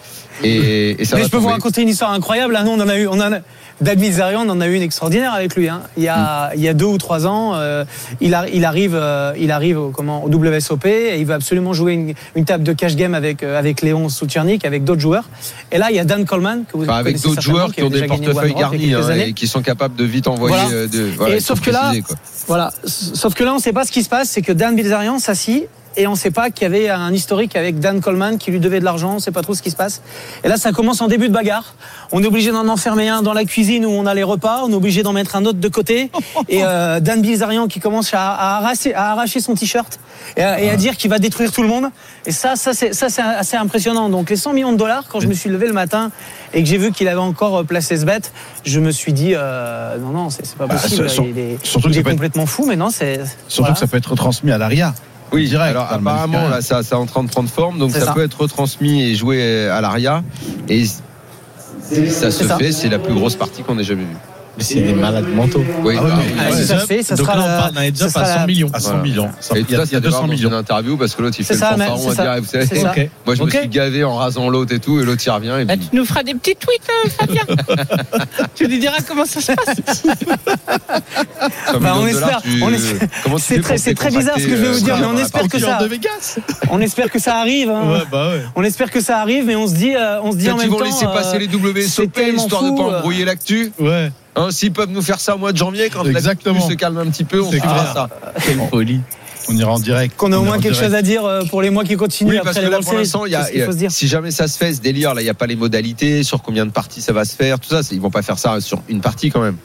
Et, et ça Mais va je peux vous tomber. raconter une histoire incroyable. Ah non, on en a eu, on en a, Dan Bilzerian, on en a eu une extraordinaire avec lui. hein. Il, y a, Mm. il y a deux ou trois ans, euh, il, a- il arrive, euh, il arrive au, comment, au WSOP et il veut absolument jouer une, une table de cash game avec, euh, avec Léon Soutchernik, avec d'autres joueurs. Et là, il y a Dan Coleman, que vous Enfin, Bah, avec connaissez d'autres certainement, joueurs qui ont avait des déjà gagné One portefeuilles Europe il garnis y a quelques hein, années. et qui sont capables de vite envoyer Voilà. euh, de. voilà, Et il faut sauf que là- préciser, quoi. Voilà. S- Sauf que là, on ne sait pas ce qui se passe, c'est que Dan Bilzerian s'assit et on ne sait pas qu'il y avait un historique avec Dan Coleman qui lui devait de l'argent, on ne sait pas trop ce qui se passe. Et là, ça commence en début de bagarre. On est obligé d'en enfermer un dans la cuisine où on a les repas, on est obligé d'en mettre un autre de côté. Et euh, Dan Bilzerian qui commence à, à arracher, à arracher son t-shirt et, à- et à dire qu'il va détruire tout le monde. Et ça, ça c'est ça, c'est assez impressionnant. Donc les 100 millions de dollars, quand je me suis levé le matin et que j'ai vu qu'il avait encore euh, placé ce bête, je me suis dit, euh, non, non, c'est c'est pas Bah, possible. Ah, sur- il est- surtout que il ça est peut être- complètement fou, mais non, c'est. Surtout voilà. que ça peut être transmis à l'ARIA. Oui, Direct, hein, alors pas le apparemment, mannequin. là, ça, ça est en train de prendre forme, donc C'est ça, ça. peut être retransmis et joué à l'aria. Et ça se ça. fait, c'est la plus grosse partie qu'on ait jamais vue. Mais c'est des malades mentaux. Oui, Ah ouais, bah, mais- oui. Ah, ouais. ça fait, ça Donc sera là, la- on parle d'un heads ça up sera à la- 100 millions. à 100 Voilà. millions. Ça- Et Il y a, ça, il y a c'est 200 millions. Une interview parce que l'autre il fait C'est le ça, mais- fanfaron c'est à ça. dire, vous savez, C'est ça. Ok. moi je Ok. me suis gavé en rasant l'autre et tout, et l'autre il revient. Et Bah, puis, tu nous feras des petits tweets, euh, Fabien. *laughs* tu nous diras comment ça se passe. cent Bah, millions on de dollars, espère, tu- on *laughs* espère. comment tu C'est fais très- pour c'est te très bizarre ce que je vais vous contacter, dire, euh, mais on dans la espère que partie ça- de Vegas On espère que ça arrive. hein. Ouais, bah ouais. On espère que ça arrive, mais on se dit, euh, on se dit Peut-être en même qu'ils vont temps. laisser passer euh, les c'est WSOP tellement histoire de fou, pas euh. embrouiller l'actu. Ouais. Hein, S'ils peuvent nous faire ça au mois de janvier, quand la Exactement. pluie se calme un petit peu, on C'est suivra clair. ça. Bon. Quelle folie. On ira en direct. Qu'on a au On moins ira en quelque direct. chose à dire euh, pour les mois qui continuent Oui, parce après que les là, World pour Series. l'instant, il y a- C'est ce qu'il faut se dire. si jamais ça se fait, ce délire, là, il n'y a pas les modalités, sur combien de parties ça va se faire, tout ça, c'est- ils vont pas faire ça sur une partie quand même.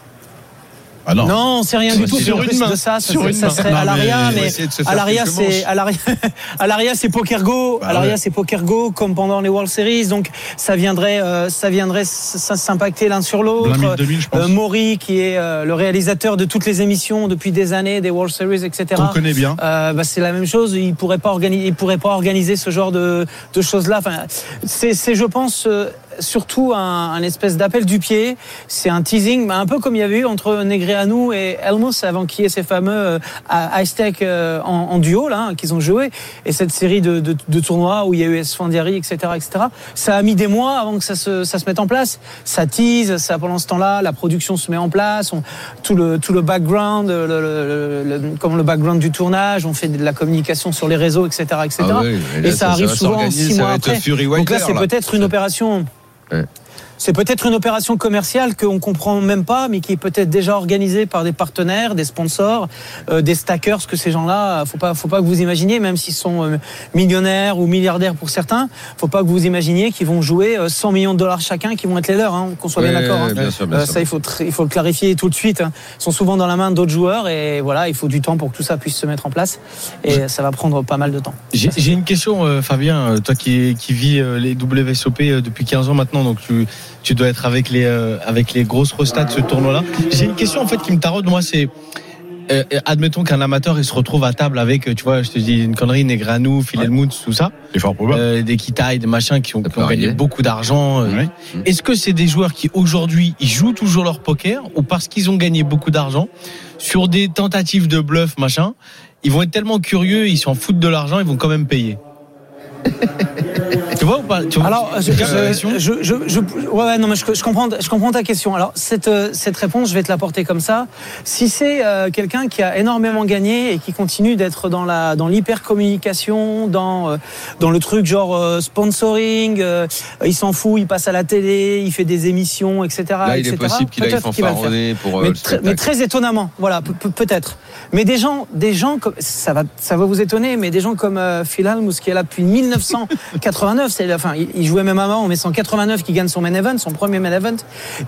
Ah non. Non, on sait rien Sur du tout. une Sur main. plus de ça, ça, Sur serait- une ça main. serait Non, à mais- l'aria, Ils vont mais essayer de se à faire l'aria quelques c'est à l'aria *laughs* à l'aria, c'est Poker Go. Bah À l'aria ouais. c'est Poker Go comme pendant les World Series. Donc ça viendrait euh, ça viendrait s- s- s'impacter l'un sur l'autre. 20 000, 2000, je pense. Euh, Maury, qui est euh, le réalisateur de toutes les émissions depuis des années, des World Series, etc. Qu'on connaît bien. Euh, bah, c'est la même chose. Il pourrait pas organiser, il pourrait pas organiser ce genre de, de choses-là. Enfin, c'est, c'est, je pense, euh, surtout un, un espèce d'appel du pied. C'est un teasing, bah, un peu comme il y avait eu entre Negreanu et Elmos avant qu'il y ait ces fameux euh, à- Ice Tech euh, en, en duo là hein, qu'ils ont joué et cette série de, de, de tournois où il y a eu Esfandiari, etc., etc. Ça a mis des mois avant que ça se, ça se mette en place. Ça tease, ça pendant ce temps-là, la production se met en place, on- tout le tout le background, le, le, le- le- comment le background du tournage, on fait de la communication sur les réseaux, etc., etc. Ah ouais, et là, ça, arrive va souvent s'organiser, six ça mois va être après. Fury Donc là, Wilder, c'est peut-être une opération. Ouais. C'est peut-être une opération commerciale qu'on comprend même pas, mais qui est peut-être déjà organisée par des partenaires, des sponsors, euh, des stackers, que ces gens-là, euh, faut pas, faut pas que vous imaginiez, même s'ils sont euh, millionnaires ou milliardaires pour certains, faut pas que vous imaginiez qu'ils vont jouer euh, 100 millions de dollars chacun, qui vont être les leurs, hein, qu'on soit bien Ouais, d'accord. hein. bien sûr, bien Euh, sûr. Ça, il faut, tr- il faut le clarifier tout de suite. hein. Ils sont souvent dans la main d'autres joueurs, et voilà, il faut du temps pour que tout ça puisse se mettre en place, et ça va prendre pas mal de temps. J'ai j'ai une question, euh, Fabien. euh, Toi qui, qui vis euh, les WSOP euh, depuis 15 ans maintenant, donc tu, tu dois être avec les, euh, avec les grosses rostas de ce tournoi-là. J'ai une question en fait qui me taraude, moi, c'est. euh, euh, admettons qu'un amateur il se retrouve à table avec, euh, tu vois, je te dis une connerie, Negranou, Philemon, tout ça, C'est fort probable. euh, des Kitai, des machins qui ont, Ça qui peut ont gagné arriver. beaucoup d'argent. euh. Ouais. Est-ce que c'est des joueurs qui aujourd'hui ils jouent toujours leur poker ou parce qu'ils ont gagné beaucoup d'argent sur des tentatives de bluff machin, ils vont être tellement curieux, ils s'en foutent de l'argent, ils vont quand même payer. tu vois ou pas Tu vois- Alors, je, tu captes la je, question je, je, je- ouais, ouais, non, mais je, je comprends, je comprends ta question. Alors, cette, euh, cette réponse, je vais te la porter comme ça. Si c'est euh, quelqu'un qui a énormément gagné et qui continue d'être dans la dans l'hyper communication, dans euh, dans le truc genre euh, sponsoring, euh, il s'en fout, il passe à la télé, il fait des émissions, etc. Là, il est etc., possible qu'il aille peut-être va le faire fanfaronner pour euh, mais, le très, mais spectacle. très étonnamment, voilà, pe- pe- peut-être. Mais des gens, des gens comme ça va, ça va vous étonner, mais des gens comme euh, Phil Almus qui est là depuis 1989, c'est enfin, il, il jouait même avant, mais c'est en 89 qui gagne son main event, son premier main event.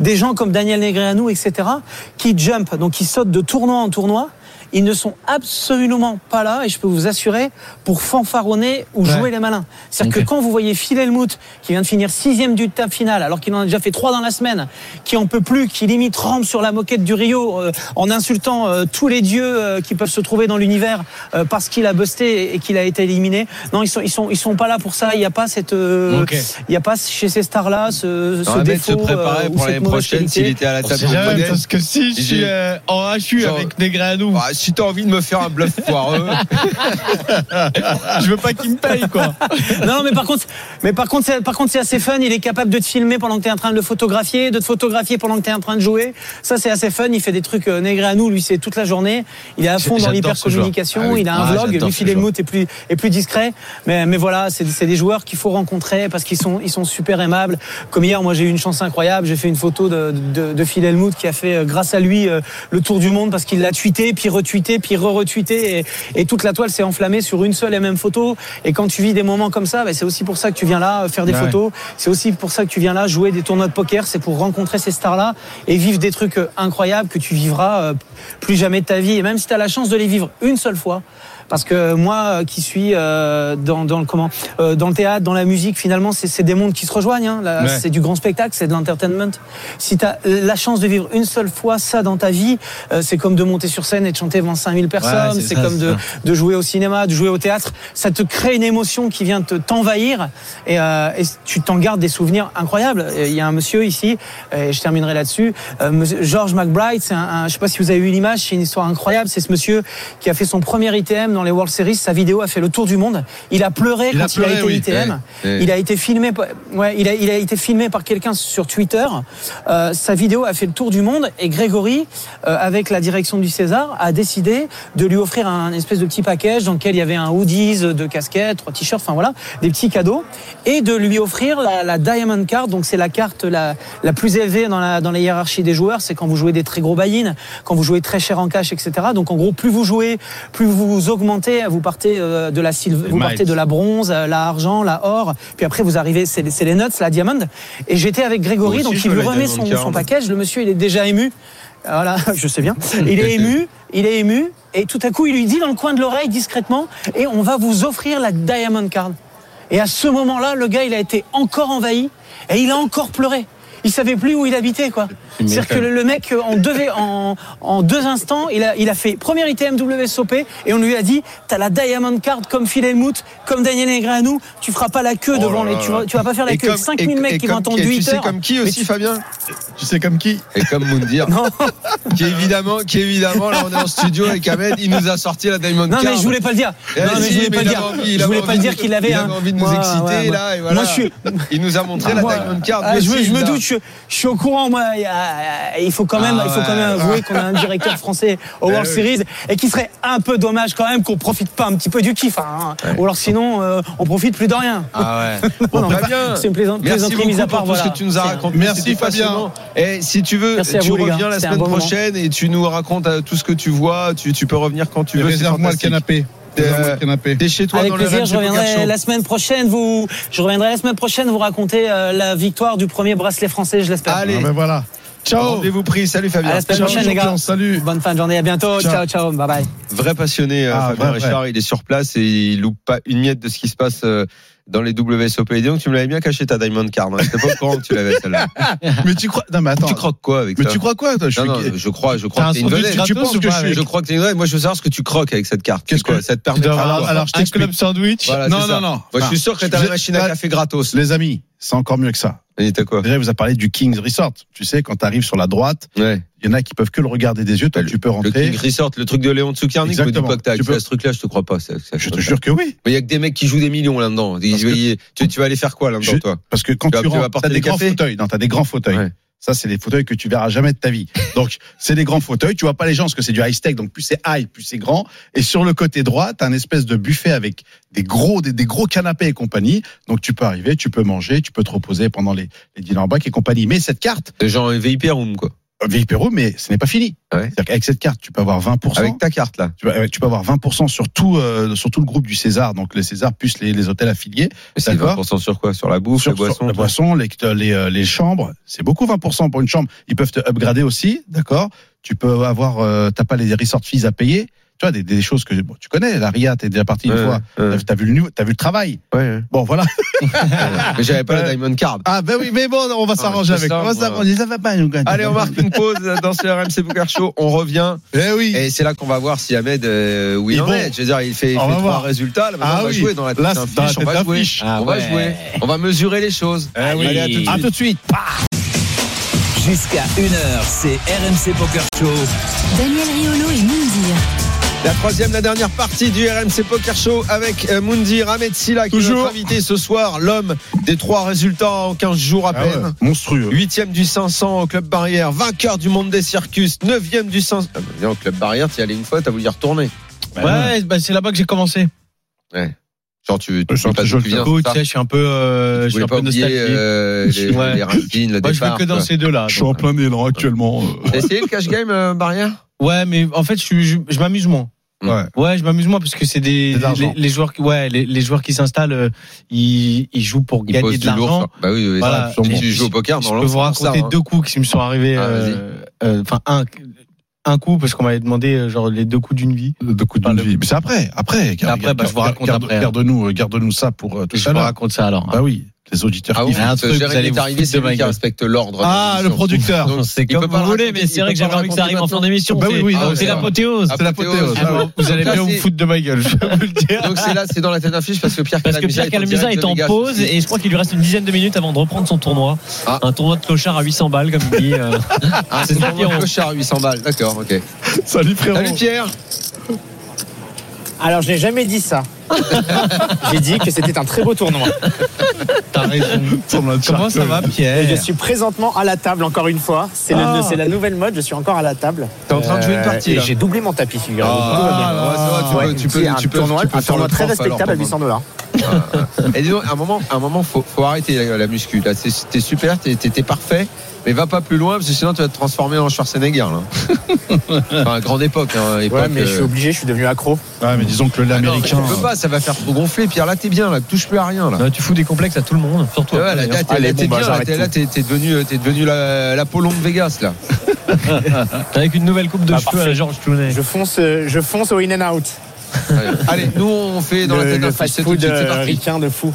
Des gens comme Daniel Negreanu, etc., qui jump, donc qui sautent de tournoi en tournoi. Ils ne sont absolument pas là, et je peux vous assurer, pour fanfaronner ou Ouais. jouer les malins. C'est-à-dire Ok. que quand vous voyez Phil Elmout, qui vient de finir sixième du table final, alors qu'il en a déjà fait trois dans la semaine, qui en peut plus, qui limite rampe sur la moquette du Rio euh, en insultant euh, tous les dieux euh, qui peuvent se trouver dans l'univers euh, parce qu'il a busté et qu'il a été éliminé. Non, ils sont, ils sont, ils sont pas là pour ça. Il n'y a pas cette, euh, Ok. il y a pas chez ces stars-là ce, ce Non, un mec défaut se préparait euh, ou pour cette l'année mauvaise prochaine qualité. s'il était à la On sait table de jamais, modèle. parce que si je J'ai- suis euh, en HU Genre- avec Negranou, Ah, si t'as envie de me faire un bluff foireux, ah, je veux pas qu'il me paye quoi. non, non, mais par contre, mais par contre, c'est, par contre, c'est assez fun. Il est capable de te filmer pendant que t'es en train de le photographier, de te photographier pendant que t'es en train de jouer. Ça, c'est assez fun. Il fait des trucs euh, négrés à nous. Lui, c'est toute la journée. Il est à fond dans J'adore l'hyper communication. ce joueur. Ah oui. Il a un Ah, vlog. j'adore Lui, ce Fidelmout est plus, est plus discret. Mais, mais voilà, c'est, c'est des joueurs qu'il faut rencontrer parce qu'ils sont, ils sont super aimables. Comme hier, moi, j'ai eu une chance incroyable. J'ai fait une photo de, de, de Phil Hellmuth qui a fait, euh, grâce à lui, euh, le tour du monde parce qu'il l'a tweeté, puis retweeté, puis re-retweeté. Et, et toute la toile s'est enflammée sur une seule et même photo. Et quand tu vis des moments comme ça, ben, c'est aussi pour ça que tu viens là euh, faire des Ouais. photos. C'est aussi pour ça que tu viens là jouer des tournois de poker. C'est pour rencontrer ces stars-là et vivre des trucs euh, incroyables que tu vivras euh, plus jamais de ta vie. Et même si tu as la chance de les vivre une seule fois, Parce que moi, euh, qui suis euh, dans, dans le comment, euh, dans le théâtre, dans la musique, finalement, c'est c'est des mondes qui se rejoignent. hein. Là, Ouais. C'est du grand spectacle, c'est de l'entertainment. Si tu as la chance de vivre une seule fois ça dans ta vie, euh, c'est comme de monter sur scène et de chanter devant 5000 personnes. c'est c'est ça, comme c'est de, ça. de jouer au cinéma, de jouer au théâtre. Ça te crée une émotion qui vient te t'envahir et, euh, et tu t'en gardes des souvenirs incroyables. Et Il y a un monsieur ici, et je terminerai là-dessus. euh, monsieur- George McBride, c'est un, un- je sais pas si vous avez eu l'image, c'est une histoire incroyable. C'est ce monsieur qui a fait son premier ITM dans les World Series. Sa vidéo a fait le tour du monde. Il a pleuré Il quand a il a pleuré, oui. Eh été ITM. Ouais, ouais. Il a été filmé, par- ouais, il a, il a été filmé par quelqu'un sur Twitter. Euh, sa vidéo a fait le tour du monde et Grégory, euh, avec la direction du César, a décidé de lui offrir un espèce de petit package dans lequel il y avait un hoodies, deux casquettes, trois t-shirts, enfin voilà, des petits cadeaux, et de lui offrir la, la Diamond Card. Donc c'est la carte la, la plus élevée dans la, dans la hiérarchie des joueurs. C'est quand vous jouez des très gros buy-in, quand vous jouez très cher en cash, etc. Donc en gros, plus vous jouez, plus vous augmentez, vous partez euh, de la silver, vous miles. partez de la bronze, euh, la argent, la or. Puis après, vous arrivez, c'est les- c'est les nuts, la diamond. Et j'étais avec Grégory, Moi aussi, donc je il veux lui la remet Diamond son, Card. son package. Le monsieur, il est déjà ému. Voilà, *laughs* je sais bien. Il est ému, il est ému. Et tout à coup, il lui dit dans le coin de l'oreille, discrètement, et on va vous offrir la diamond card. Et à ce moment-là, le gars, il a été encore envahi et il a encore pleuré. Il savait plus où il habitait, quoi. C'est-à-dire que le le mec, euh, en deux, en, en deux instants, il a, il a fait premier ITM WSOP et on lui a dit T'as la Diamond Card comme Phil Hemmout, comme Daniel Negreanu, tu feras pas la queue Oh devant là les. là Tu vas, là. tu vas pas faire la Et queue. comme- 5000 et- mecs et qui comme- vont attendre et 8 Tu sais heures. comme qui Mais aussi, tu- *laughs* Fabien Tu sais comme qui Et comme Moundir. qui évidemment, qui évidemment, là on est en studio avec Ahmed, il nous a sorti la Diamond Non, Card. mais je voulais pas le dire. Eh, Non, mais si, je voulais mais pas il le avait dire. envie, il Je voulais avait pas le dire envie- qu'il avait. Il un- avait envie de nous Moi, exciter ouais, moi- là et voilà. Moi, je suis. Il nous a montré Moi, la Diamond Card. ah, mais je, me- si, je me il a- doute, je, je suis au courant. Moi, il y a- il faut quand même, Ah il faut quand même ouais. avouer qu'on a un directeur français au Eh World Series et qu'il serait un peu dommage quand même qu'on profite pas un petit peu du kiff. hein. Ou alors sinon, euh, on profite plus de rien. Ah ouais. Non, non, Très mais bien. C'est une plaisan- bah, Merci plaisanterie beaucoup mise à pour part. tout voilà. ce que tu nous as C'est un- raconté. Merci, C'était Fabien. passionnant. Et si tu veux, Merci à tu vous, les gars. reviens la C'était un semaine bon moment. prochaine et tu nous racontes euh, tout ce que tu vois. Tu, tu peux revenir quand tu veux. c'est Réserve-moi le fantastique. canapé. Réserve-moi le canapé. T'es chez toi Avec dans plaisir, le je reviendrai la semaine prochaine. Vous, je reviendrai la semaine prochaine vous raconter euh, la victoire du premier bracelet français, je l'espère. Allez. Ah ben voilà. Ciao. Rendez-vous pris. Salut Fabien. À la semaine Ciao, prochaine, les gars. champion. Salut. Bonne fin de journée. À bientôt. Ciao. Ciao, ciao. Bye bye. Vrai passionné, euh, Ah, Fabien vrai, vrai. Richard. Il est sur place et il loupe pas une miette de ce qui se passe euh, dans les WSOP. Et dis donc, tu me l'avais bien caché ta Diamond Card. Hein. J'étais pas au courant que tu l'avais celle-là. Mais tu crois Non mais *laughs* attends. Tu croques quoi avec Mais ça tu crois quoi toi Je Non, non, suis- je crois, je crois T'as que un t'es une sandwich vedette. Tu gratos penses ou que pas, je suis mec Je crois que t'es une vedette. Moi, je veux savoir ce que tu croques avec cette carte. Qu'est-ce C'est quoi que- ça te permet de faire Alors, quoi alors, je Un t'explique. club sandwich. Voilà, non, c'est ça. non, non. Moi, je suis sûr que t'as Je- la machine à pas- café gratos. Les amis, c'est encore mieux que ça. Et t'as quoi Vous vous a parlé du King's Resort. Tu sais, quand t'arrives sur la droite, Ouais. il y en a qui peuvent que le regarder des yeux. Toi, Le- tu peux Le rentrer. King Resort, le truc de Léon Tsukarnik, me dis Exactement. pas que t'as Tu accès peux- à ce truc-là, je te crois pas. c'est- c'est- Je te jure que oui. Mais il y a que des mecs qui jouent des millions là-dedans. Ils- Parce que- ils- Tu, tu vas aller faire quoi là-dedans, Je- toi Parce que quand Tu tu, vas- tu vas rentres, porter t'as des des grands cafés fauteuils. Non, t'as des grands fauteuils. Ouais. Ça, c'est des fauteuils que tu verras jamais de ta vie. Donc, *laughs* c'est des grands fauteuils. Tu vois pas les gens parce que c'est du high-tech. Donc, plus c'est high, plus c'est grand. Et sur le côté droit, t'as un espèce de buffet avec des gros, des, des gros canapés et compagnie. Donc, tu peux arriver, tu peux manger, tu peux te reposer pendant les, les dîners en bac et compagnie. Mais cette carte, Des gens VIP room, quoi. euh, VIP Room, mais ce n'est pas fini. Ouais. C'est-à-dire qu'avec cette carte, tu peux avoir 20%. Avec ta carte, là. Tu peux, ouais, tu peux avoir 20% sur tout, euh, sur tout le groupe du César, donc le César plus les, les hôtels affiliés. Mais C'est D'accord. 20% sur quoi Sur la bouffe, sur, la boisson sur la tout. boisson, les, les, euh, les chambres, c'est beaucoup 20% pour une chambre. Ils peuvent te upgrader aussi, d'accord Tu peux avoir, euh, t'as pas les resort fees à payer. Tu vois, des, des choses que bon, tu connais. La RIA, t'es déjà parti une Ouais, fois. ouais, T'as- T'as vu le niveau, t'as vu le travail. ouais, ouais. Bon, voilà. *laughs* Mais j'avais pas la Diamond Card. Ah ben oui, mais bon, on va s'arranger c'est avec. ça, on va moi. s'arranger. Ça va pas, nous, gars. Allez, on marque une pause dans ce RMC Poker Show. On revient. Eh oui. Et c'est là qu'on va voir si Ahmed, euh, où il Et en bon, est. Je veux dire, il fait, il on fait va trois voir. résultats. Là, maintenant, Ah on va oui. jouer dans la tête Là, d'un c'est dans la fiche. On tête va d'un jouer. fiche. Ah on va ouais. jouer. On va mesurer les choses. Eh oui. Allez, à tout de suite. À tout de suite. Ah, Jusqu'à 1h, c'est RMC Poker Show. Daniel Riolo et Moundir. La troisième, la dernière partie du RMC Poker Show avec euh, Mundi Ramed Silla, qui est Toujours. notre invité ce soir, l'homme des trois résultats en 15 jours à Ah peine. ouais, monstrueux. Huitième du 500 au club barrière, vainqueur du monde des circus, neuvième du 500. Ah, mais au club barrière, t'y allais une fois, t'as voulu y retourner. Ouais, bah, c'est là-bas que j'ai commencé. Genre, tu, Euh, tu Je sais pas je d'où tu le viens. Écoute, c'est tu ça sais, je suis un peu, euh, je Tu suis voulais un pas peu nostalgique. oublier euh, *laughs* les, Ouais. les racines, le Moi, je veux départ. que dans quoi. ces deux-là. Je suis en plein élan actuellement. euh. T'as essayé le cash game euh, barrière Ouais, mais en fait, je, suis- je, je m'amuse moins. Ouais. Ouais, je m'amuse moins parce que c'est des C'est de l'argent. les, les joueurs qui ouais les, les joueurs qui s'installent, euh, ils, ils jouent pour Il gagner pose de du lourd, l'argent. ça. Bah oui, oui, Voilà. ça, sûrement. Et tu je- joues au poker, Je dans hein. peux vous raconter deux coups qui me sont arrivés. Ah, euh, euh, Enfin un un coup parce qu'on m'avait demandé euh, genre les deux coups d'une vie. de coups d'une Enfin, le- vie. Mais c'est après, après. Garde- après, bah, je vous garde- raconte garde- après, hein. Garde-nous, euh, garde-nous ça pour euh, tout Je ça. vous raconte ça alors. hein. Bah oui, les auditeurs. Ah kiffent. oui, un ce truc, vous Jérémy allez est vous arrivé, foutre c'est de lui ma qui gueule. respecte l'ordre. Ah, le de l'émission. producteur. Donc, C'est il peut comme pas vous le voulez, raconter- mais c'est il vrai peut que pas j'avais le envie que ça arrive en raconter fin maintenant. d'émission. Bah c'est- oui, oui, non, c'est c'est vrai. l'apothéose. C'est l'apothéose. Ah bon, Vous Donc allez là, bien vous c'est- foutre de ma gueule, *laughs* je peux vous le dire. Donc c'est là, c'est dans la tête d'affiche parce que Pierre Parce que Calamisa Pierre Calmisa direct est de en Vegas pause aussi. et je crois qu'il lui reste une dizaine de minutes avant de reprendre son tournoi. Ah. Un tournoi de clochard à 800 balles, comme il dit. *laughs* euh. Ah, c'est c'est ça, ça, Pierrot. Cochard, 800 balles. D'accord, ok. Salut frérot. Salut Pierre. Alors, je n'ai jamais dit *laughs* ça. J'ai dit que c'était un très beau tournoi. *laughs* Comment ça va, Et je Pierre suis présentement à la table, encore une fois. C'est le- c'est la nouvelle mode, je suis encore à la table. Ah. T'es en train de jouer une Euh, partie et là. J'ai doublé mon tapis, figurez-vous. Ah, Tout va bien. ouais, ça va, Ouais, tu peux- tu c'est peux- un tu peux- tournoi, tu peux un faire tournoi le très prof, alors, respectable à pendant- 800 dollars. Et dis donc, à un moment, à un moment, faut, faut arrêter la, la muscu. Là, C'est- t'es super, t'es, t'es- t'es parfait, mais va pas plus loin parce que sinon tu vas te transformer en Schwarzenegger. *laughs* Là. enfin, grande époque. Hein, époque Ouais, mais je suis hein. euh, obligé, je suis devenu accro. Ouais, mais disons que le ah non, l'américain. mais tu peux pas, ça va faire trop gonfler. Pierre, là, t'es bien. Là, touche plus à rien. Là. Ouais, tu fous des complexes à tout le monde, surtout. hein. à Ouais, là, toi, là, d'ailleurs. t'es, Allez, là, bon, t'es bah, bien, là, j'arrête t'es, là, t'es- t'es devenu, euh, t'es devenu la, la Polo de Vegas *laughs* là. Avec une nouvelle coupe de Ah, cheveux à la parfait. George Clooney. Je fonce, euh, je fonce au in and out. Allez, nous on fait dans la Le, tête hein, le d'un fast c'est tout de food suite, c'est euh, parti. ricain de fou.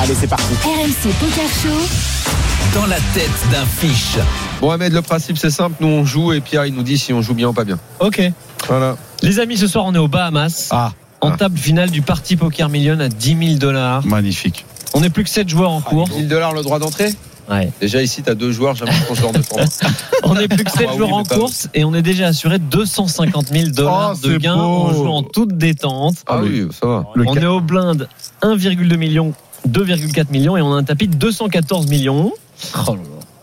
Allez, c'est parti. RMC Poker Show, Dans la tête d'un fiche. Bon, Ahmed, le principe c'est simple. Nous on joue et Pierre il nous dit si on joue bien ou pas bien. Ok. Voilà. Les amis, ce soir, on est aux Bahamas. Ah, En Ah. table finale du Parti Poker Million à 10 000 dollars. magnifique. On n'est plus que 7 joueurs en course. 1000 dollars le droit d'entrée. Ouais. Déjà ici, t'as deux joueurs. J'aimerais qu'on se leur de format. *laughs* On n'est plus que 7 Ah oui, joueurs mais en pas- course et on est déjà assuré 250 000 dollars Oh, de c'est gains beau. en jouant en toute détente. Ah oui, ça va. Le on ca- est au blind 1,2 million, 2,4 millions et on a un tapis de 214 millions.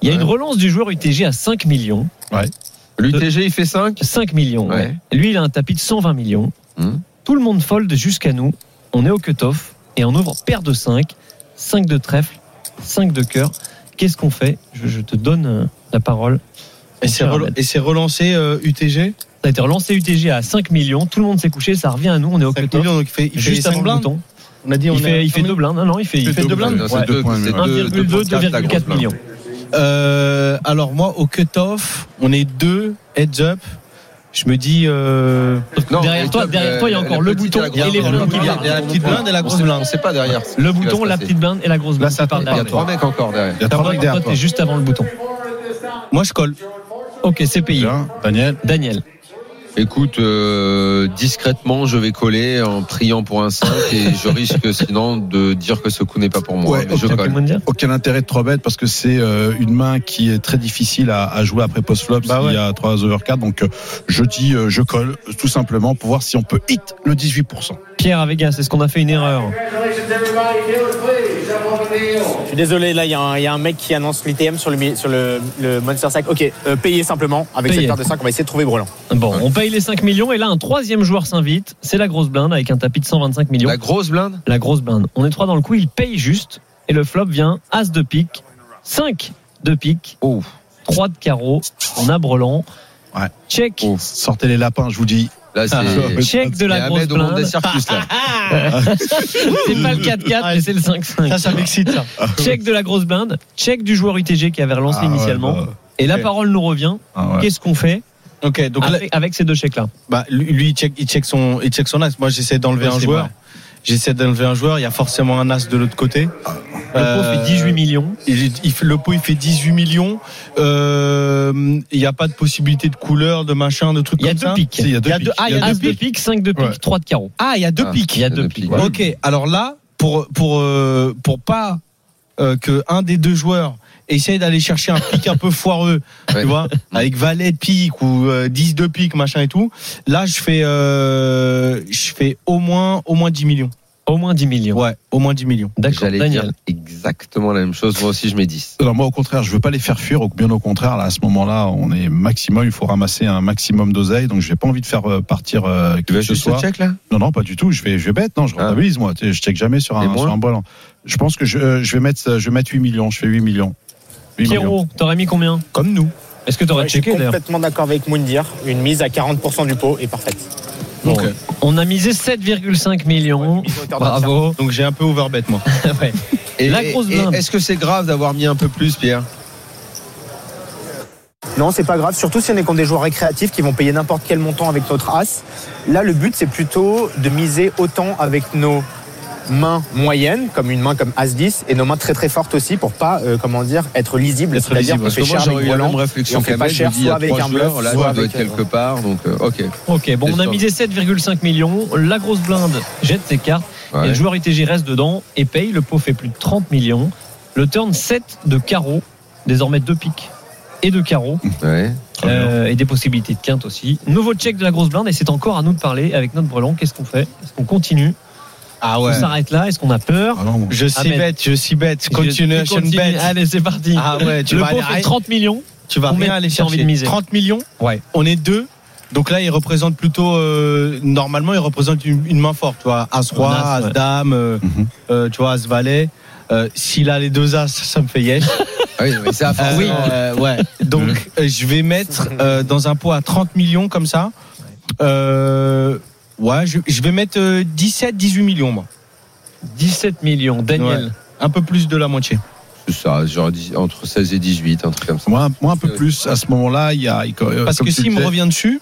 Il y a une Ouais. relance du joueur UTG à 5 millions. L'UTG il fait 5 5 millions. ouais. Lui, il a un tapis de 120 millions. Mhm. Tout le monde fold jusqu'à nous. On est au cut-off et on ouvre paire de 5. 5 de trèfle, 5 de cœur. Qu'est-ce qu'on fait je, je te donne euh, la parole. Ah. Et c'est rela- et c'est relancé euh, UTG Ça a été relancé UTG à 5 millions. Tout le monde s'est couché. Ça revient à nous. On est au 5 cut-off. millions, donc il fait, il fait Juste 5 avant le blindes. bouton. On a dit, on Il fait, est il à fait combien deux blindes. Non, non, il fait, il fait deux blindes. Non, c'est Ouais. deux, points, c'est mais deux- 1,2, deux points de carte, la grosse 2,4 blinde. millions. Euh, alors moi, au cut-off, on est deux heads up. Je me dis, euh, Non, derrière et toi, le- euh, derrière toi, il y a la encore le petite bouton la grande et les blinde. blindes qui viennent. Il y a La petite blinde et la On grosse sait- blinde. On sait pas derrière. ce Le qui va bouton, se la passer. petite blinde et la grosse Là, blinde. ça par Il y a derrière trois toi. mecs encore derrière. Il y a Toi, trois mecs derrière toi, toi. t'es juste avant le bouton. moi je colle. Ok, c'est payé. Bien, Daniel. Daniel. Écoute, euh, discrètement, je vais coller en priant pour un 5 et je *laughs* risque sinon de dire que ce coup n'est pas pour moi. Ouais, mais je T'as colle. comment dire Aucun intérêt de 3 bêtes parce que c'est euh, une main qui est très difficile à, à jouer après post-flop. Bah ouais. Il y a 3 overcards. Donc, euh, je dis, euh, je colle euh, tout simplement pour voir si on peut hit le 18%. Pierre à Vegas, est-ce qu'on a fait une erreur Je suis désolé, là, il y, a un- il y a un mec qui annonce l'ITM sur le, mi- sur le, le Monster Sack. Ok, euh, payez simplement. Avec cette Payez. paire de 5, on va essayer de trouver Brelan. Bon, on paye les 5 millions et là, un troisième joueur s'invite. C'est la grosse blinde avec un tapis de 125 millions. La grosse blinde La grosse blinde. On est trois dans le coup, il paye juste et le flop vient As de pique, 5 de pique, Oh. 3 de carreau. On a Brelan. Ouais. Check. Oh. Sortez les lapins, je vous dis. Là, c'est. Check Ah, de c'est la grosse Ahmed au monde des blinde. Ah, circus là. C'est pas le 4-4, mais Ah, c'est le 5-5. Ça, ça m'excite. ça. Check de la grosse blinde, check du joueur UTG qui avait relancé Ah ouais, initialement. bah, Et la ok. parole nous revient. ah ouais. Qu'est-ce qu'on fait Ah. Ok, donc là, avec, avec ces deux chèques-là bah, lui, lui, il check, il check son, il check son as. Moi, j'essaie d'enlever Ouais, un c'est joueur. vrai. J'essaie d'enlever un joueur. Il y a forcément un as de l'autre côté. Euh, Le Euh, pot fait 18 millions. Il, il fait- le pot il fait 18 millions. Euh, il n'y a pas de possibilité de couleur, de machin, de trucs Il y a comme deux ça. piques. Si, il y a deux Il y a deux- piques. ah, il y a As deux de piques. pique, 5 de pique, Ouais. 3 de carreau. Ah, il y a deux Ah, piques. Il y a deux piques. ouais. Ok, alors là, pour pour euh, pour pas euh, que un des deux joueurs essaye d'aller chercher un pic un *laughs* peu foireux, Ouais. tu vois, avec valet de pique ou euh, 10 de pique machin et tout. Là, je fais euh, je fais au moins au moins 10 millions. Au moins 10 millions. Ouais, au moins 10 millions. D'accord, J'allais dire Daniel. exactement la même chose. Moi aussi, je mets 10. Alors moi au contraire, je veux pas les faire fuir, ou bien au contraire, là à ce moment-là, on est maximum, il faut ramasser un maximum d'oseille, donc j'ai pas envie de faire euh, partir euh, qui Tu vas que ce juste le soit. check là Non non, pas du tout, je vais je vais bête, non, je Ah. rentabilise moi, Tu sais, je check jamais sur Et un moi sur un bol. hein. Je pense que je, euh, je vais mettre euh, je vais mettre 8 millions, je fais 8 millions. 8 millions. Pierrot, t'aurais mis combien Comme nous. Est-ce que Bah, t'aurais Ouais, je suis checké d'ailleurs complètement d'accord avec Moundir. Une mise à 40% du pot est parfaite. Bon. On a misé 7,5 millions. Mise à hauteur d'un tiers. Bravo. Donc j'ai un peu overbet moi. *laughs* Ouais. Et, La et- grosse et blinde. Est-ce que c'est grave d'avoir mis un peu plus, Pierre Non, c'est pas grave, surtout si on est contre des joueurs récréatifs qui vont payer n'importe quel montant avec notre as. Là, le but, c'est plutôt de miser autant avec nos mains moyennes, comme une main comme As-10, et nos mains très très fortes aussi pour pas, euh, comment dire, être lisibles. Parce C'est-à-dire qu'on parce que fait moi, cher j'aurais avec eu la Roland, même et réflexion on fait qu'Amel, pas je cher, dis, il y soit a avec trois un bluff, joueurs, là, soit doit avec être quelque un- part, donc, euh, ok. Ok, bon, on a misé 7,5 millions. La grosse blinde jette ses cartes. Et le Ouais. joueur ITG reste dedans et paye. Le pot fait plus de 30 millions. Le turn 7 de carreau, désormais deux piques et de carreau. Ouais. Euh, et des possibilités de quinte aussi. Nouveau check de la grosse blinde et c'est encore à nous de parler avec notre brelan. Qu'est-ce qu'on fait Est-ce qu'on continue Ah On s'arrête là Est-ce qu'on a peur Ah non, moi. Je suis Ahmed. bête, je suis bête. Je- Continuation continue. bet. Allez, c'est parti. Ah ouais, tu le vas pot aller- fait 30 millions. Tu vas Combien rien aller t'as envie chercher. de miser 30 millions Ouais. On est deux. Donc là, il représente plutôt euh, normalement, il représente une, une main forte, tu vois, as roi, Un as, as ouais. dame, euh, Mhm. euh, tu vois, as valet. Euh, S'il a les deux as, ça me *laughs* fait yesh. Ah oui, mais ça, Euh, forcément, euh, ouais. Mhm. Donc euh, je vais mettre euh, dans un pot à 30 millions comme ça. Euh, ouais, je, je vais mettre 17-18 millions moi. 17 millions. Daniel. Ouais. Un peu plus de la moitié. c'est ça, genre dix- entre 16 et 18, un truc comme ça. Moi, un- moi, un peu plus. À ce moment-là, il y a. il- euh, Parce comme que tu s'il me disais, revient dessus,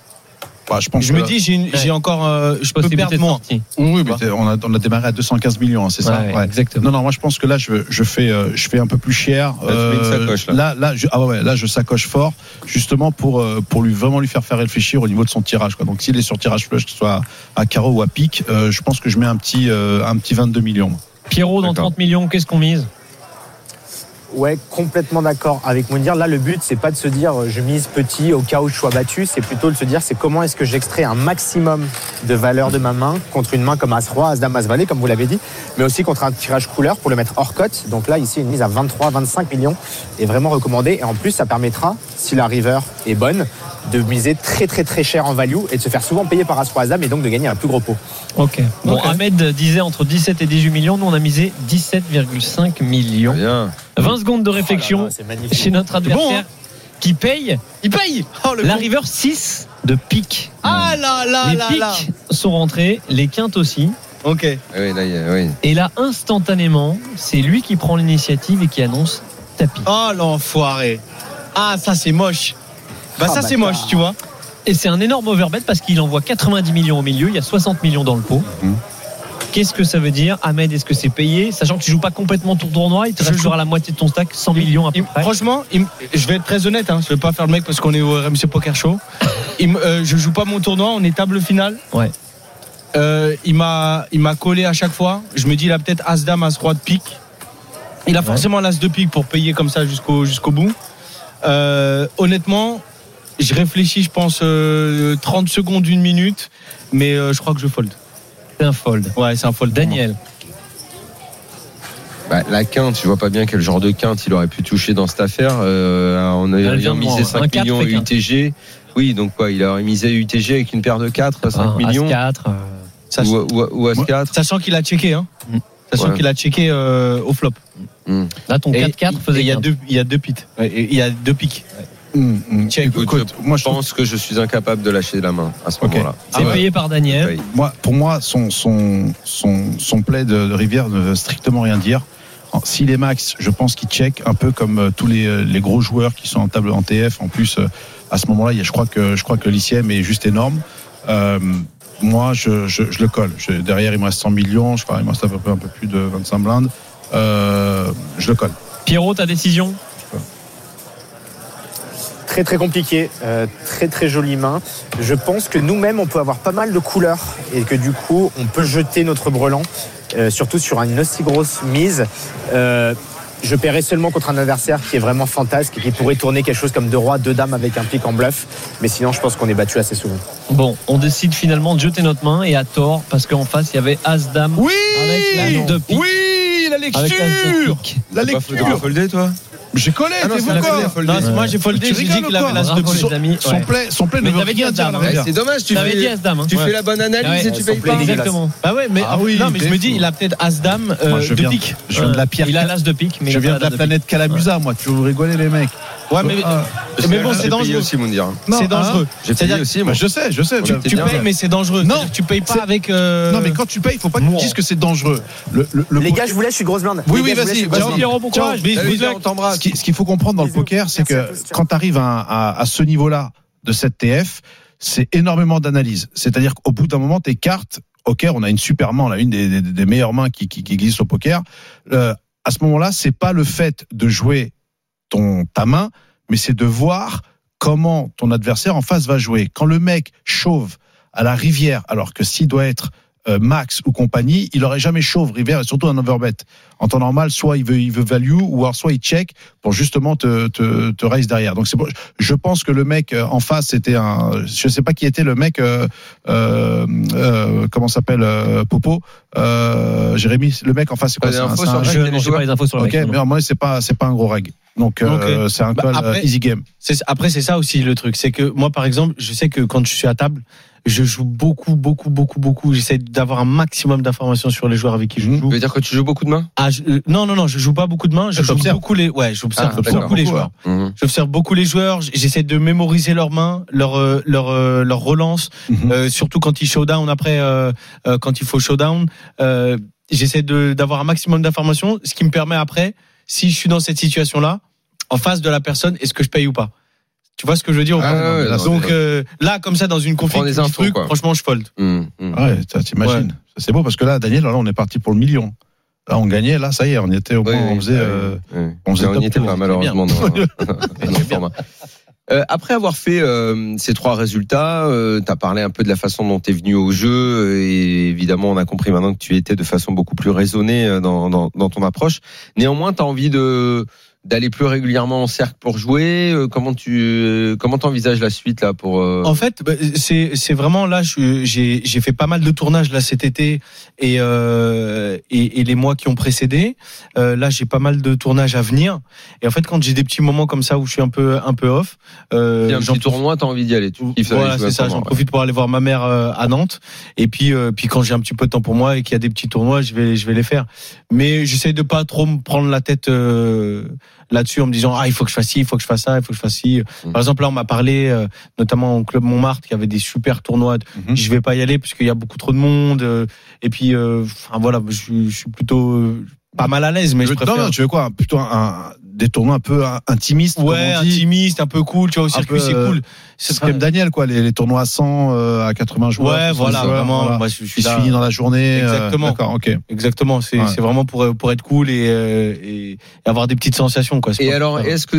bah, je pense je que- me dis j'ai une- j'ai encore, euh, je peux Possibilité perdre de moins. sortie. Oui, mais t'es- on a, on a démarré à 215 millions, hein, c'est ça Ouais, ouais, Ouais. Exactement. Non, non, moi je pense que là, je, je fais, euh, je fais un peu plus cher. euh, Là, tu mets une sacoche, là. là, je, ah ouais, là, je sacoche fort, justement pour euh, pour lui vraiment lui faire faire réfléchir au niveau de son tirage. Quoi. Donc s'il est sur tirage flush, que ce soit à carreau ou à pique, euh, je pense que je mets un petit euh, un petit 22 millions. moi. Pierrot, dans D'accord. 30 millions, qu'est-ce qu'on mise Ouais, complètement d'accord avec Mounir. Là, le but, c'est pas de se dire euh, je mise petit au cas où je sois battu. C'est plutôt de se dire c'est comment est-ce que j'extrais un maximum de valeur de ma main contre une main comme As Roi, As Dame, As Valet, comme vous l'avez dit, mais aussi contre un tirage couleur pour le mettre hors cote. Donc là, ici, une mise à 23, 25 millions est vraiment recommandée. Et en plus, ça permettra, si la river est bonne, de miser très très très cher en value et de se faire souvent payer par As Roi, As Dame et donc de gagner un plus gros pot. Ok. Bon, Ok. Ahmed disait entre 17 et 18 millions. Nous, on a misé 17,5 millions. Bien. 20 secondes de réflexion Oh là là, c'est magnifique. chez notre bon, hein adversaire qui paye Il paye. Oh, le la con. river 6 de pique. Ah là là les là piques là. sont rentrés, les quintes aussi. Ok. Ah Oui, là, il y a- oui. Et là, instantanément, c'est lui qui prend l'initiative et qui annonce tapis. Oh l'enfoiré. Ah ça c'est moche. Bah Ah, ça c'est bâtard. moche, tu vois. Et c'est un énorme overbet parce qu'il envoie 90 millions au milieu, il y a 60 millions dans le pot. Mhm. Qu'est-ce que ça veut dire Ahmed, est-ce que c'est payé Sachant que tu joues pas complètement ton tournoi, il te Je reste joue. toujours à la moitié de ton stack, 100 millions à peu Il- près. franchement, il me- je vais être très honnête, hein, je vais pas faire le mec parce qu'on est au RMC Poker Show. Il me- euh, je joue pas mon tournoi, on est table finale. Ouais. Euh, il m'a, il m'a collé à chaque fois. Je me dis, il a peut-être as dame, as roi de pique. Il a Ouais. forcément l'as de pique pour payer comme ça jusqu'au jusqu'au bout. Euh, honnêtement, je réfléchis, je pense euh, 30 secondes, une minute, mais euh, je crois que je fold. C'est un fold. Ouais, c'est un fold. pour moi. Daniel, Bah, la quinte, je vois pas bien quel genre de quinte il aurait pu toucher dans cette affaire. Euh, on Ah, a évidemment, misé un 5 quatre millions fait quinte. UTG. Oui, donc quoi, il aurait misé UTG avec une paire de 4, 5 un millions. As-4. euh, Ça- ou, ou, ou As-4. Sachant qu'il a checké, hein. Mm. Sachant Ouais. qu'il a checké euh, au flop. Là, ton Et- 4-4 et faisait il y a quinte. deux, il y a deux pits. Ouais, et Il y a deux piques. euh, hmm, Tiens, Écoute, écoute, moi je Je pense que je suis incapable de lâcher la main à ce Ok. moment-là. Ah C'est payé par Daniel. Oui. moi, pour moi, son, son, son, son play de, de Rivière ne veut strictement rien dire. En- S'il est max, je pense qu'il check, un peu comme euh, tous les, euh, les gros joueurs qui sont en table en TF. En plus, euh, à ce moment-là, il y a- je crois que, je crois que l'ICM est juste énorme. Euh, moi, je, je, je le colle. Je- derrière, il me reste 100 millions, je crois qu'il me reste à peu près un peu plus de 25 blindes. Euh, je le colle. Pierrot, ta décision Très très compliqué, euh, très très jolie main. Je pense que nous-mêmes on peut avoir pas mal de couleurs et que du coup on peut jeter notre brelan, euh, surtout sur une aussi grosse mise. Euh, je paierai seulement contre un adversaire qui est vraiment fantasque et qui pourrait tourner quelque chose comme deux rois, deux dames avec un pic en bluff. Mais sinon je pense qu'on est battu assez souvent. Bon, on décide finalement de jeter notre main et à tort parce qu'en face il y avait As-Dame Oui avec la de pique. Oui La Avec l'as de lecture pique. La Pas faudrait folder, toi J'ai collé, Ah non, t'es c'est bon la quoi foldée, la foldée. Non, c'est moi j'ai foldé, Tu j'ai dit rigoles qu'il ou avait quoi l'as de Bravo pique. les amis. Son Ouais. play, son play Mais ne veut t'avais dit rien à dire. à dame, la hein. Rivière. C'est dommage, tu T'avais dit fais, As-Dame. hein. tu Ouais. fais la bonne analyse Ouais, et tu elles payes sont pas. pleines. Exactement. Ah ouais, mais, Ah oui, non, mais je t'es me dis, fou. il a peut-être As-Dame Moi, je de viens- pique. Je viens de la pierre. Il a l'as de pique, mais je il a viens pas de la l'as planète Calamusa, moi. Tu veux rigoler, les mecs Ouais, mais Ah. Mais bon, c'est J'ai payé dangereux. aussi, Moundir. Non, C'est dangereux. J'ai payé C'est-à-dire- aussi, moi. Bah, je sais, je sais. Oui, Bah, t'es Tu bien. payes, mais c'est dangereux. Non. C'est-à-dire que tu payes C'est- pas avec. euh, Non, mais quand tu payes, il faut pas que tu Bon. dises que c'est dangereux. Le, le- le Les poker- gars, je vous laisse, je suis grosse blinde. Oui, Les oui, gars, je vous vas-y, laisse, je suis vas-y. grosse blinde. Pierrot, bon Ciao. courage. Bisous, Salut, bisous. Pierre, on t'embrasse. Ce qui- ce qu'il faut comprendre dans le Bisous. poker, c'est Merci à que tous, ciao. quand tu arrives à, à- à ce niveau-là de cette TF, c'est énormément d'analyse. C'est-à-dire qu'au bout d'un moment, tes cartes, ok, on a une super main, on a une des, des- des meilleures mains qui, qui, qui existent au poker. Euh, à ce moment-là, c'est pas le fait de jouer ton ta main, mais c'est de voir comment ton adversaire en face va jouer. Quand le mec chauve à la rivière, alors que s'il doit être euh, Max ou compagnie, il aurait jamais chauve rivière et surtout un overbet. En temps normal, soit il veut, il veut value ou alors soit il check pour justement te, te, te raise derrière. Donc c'est pour- je pense que le mec euh, en face c'était un, je sais pas qui était le mec, euh, euh, euh, comment s'appelle euh, Popo, euh, Jérémy, le mec en face c'est quoi La Ah, C'est dernière fois, un, c'est un- sur- Je Ouais, non, j'ai pas les infos sur le Ok, mec. non, mais non. en moi c'est pas c'est pas un gros rag. Donc euh, c'est un Bah, call après- euh, easy game. C'est- après, c'est ça aussi le truc. C'est que moi, par exemple, je sais que quand je suis à table, je joue beaucoup, beaucoup, beaucoup, beaucoup. J'essaie d'avoir un maximum d'informations sur les joueurs avec qui je Mhm. joue. Tu veux dire que tu joues beaucoup de mains Ah, je- euh, non, non, non, je joue pas beaucoup de mains. Je Ah, joue t'observes. beaucoup les, ouais, j'observe Ah, beaucoup, d'accord. les Beaucoup, joueurs. J'observe beaucoup les joueurs. j- J'essaie de mémoriser leurs mains, leur, euh, leur, euh, leur relance, Mm-hmm. Mm. Mhm. euh, surtout quand ils showdown après, euh, euh, quand il faut showdown. Euh, J'essaie de- d'avoir un maximum d'informations, ce qui me permet après, si je suis dans cette situation-là, en face de la personne, est-ce que je paye ou pas Tu vois ce que je veux dire ou Ah, pas ouais, ouais, non, Donc c'est- euh, là, comme ça, dans une prend config, des tu dis infos, truc, quoi. franchement, je fold. Hum, Ah, hum. Ouais, t'as- t'imagines. C'est beau parce que là, Daniel, là, on est parti pour le million. Là, on gagnait. Là, ça y est, on y était au Oui, point. oui, on faisait. oui, euh, oui. on faisait Non, on n'y top était tour, pas, on malheureusement. *laughs* dans- dans le format. Euh, après avoir fait euh, ces trois résultats, tu as parlé un peu de la façon dont tu es venu au jeu euh, et évidemment on a compris maintenant que tu étais de façon beaucoup plus raisonnée euh, dans, dans, dans ton approche. Néanmoins, tu as envie de d'aller plus régulièrement en cercle pour jouer. Euh, comment tu euh, comment t'envisages la suite là pour euh, En fait, bah, c'est c'est vraiment là, je- j'ai j'ai fait pas mal de tournages là cet été et euh, et, et les mois qui ont précédé. Euh, là, j'ai pas mal de tournages à venir. Et en fait, quand j'ai des petits moments comme ça où je suis un peu un peu off, euh, un j'en petit tournoi, t'as envie d'y aller. Tu kiffes aller voilà, jouer c'est ça. à ce J'en moment, profite pour aller voir ma mère euh, à Nantes. Et puis, euh, puis quand j'ai un petit peu de temps pour moi et qu'il y a des petits tournois, je vais, je vais les faire. Mais j'essaie de pas trop me prendre la tête euh, là-dessus en me disant ah il faut que je fasse ci, il faut que je fasse ça, il faut que je fasse ci. Mhm. Mm. Par exemple là, on m'a parlé euh, notamment au club Montmartre qui avait des super tournois. Mhm. Je vais pas y aller parce qu'il y a beaucoup trop de monde. euh, et puis, euh, enfin, voilà, je, je suis plutôt euh, pas mal à l'aise, mais je, tu veux- préfère. Non, non, tu veux quoi Plutôt un, un- des tournois un peu un- intimistes. Ouais, comme on dit. intimiste, un peu cool, tu vois, au Un circuit, peu, c'est euh, cool. C'est comme Daniel, quoi. Les, les tournois à 100, euh, à 80 joueurs. Ouais, 60 voilà, joueurs, vraiment. voilà. Moi, je, je suis Qui se là. finit dans la journée. euh, Exactement. D'accord, ok. Exactement, c'est Ouais. c'est vraiment pour, euh, pour être cool et, euh, et, et avoir des petites sensations. Quoi. C'est Et pas- alors, voilà. est-ce que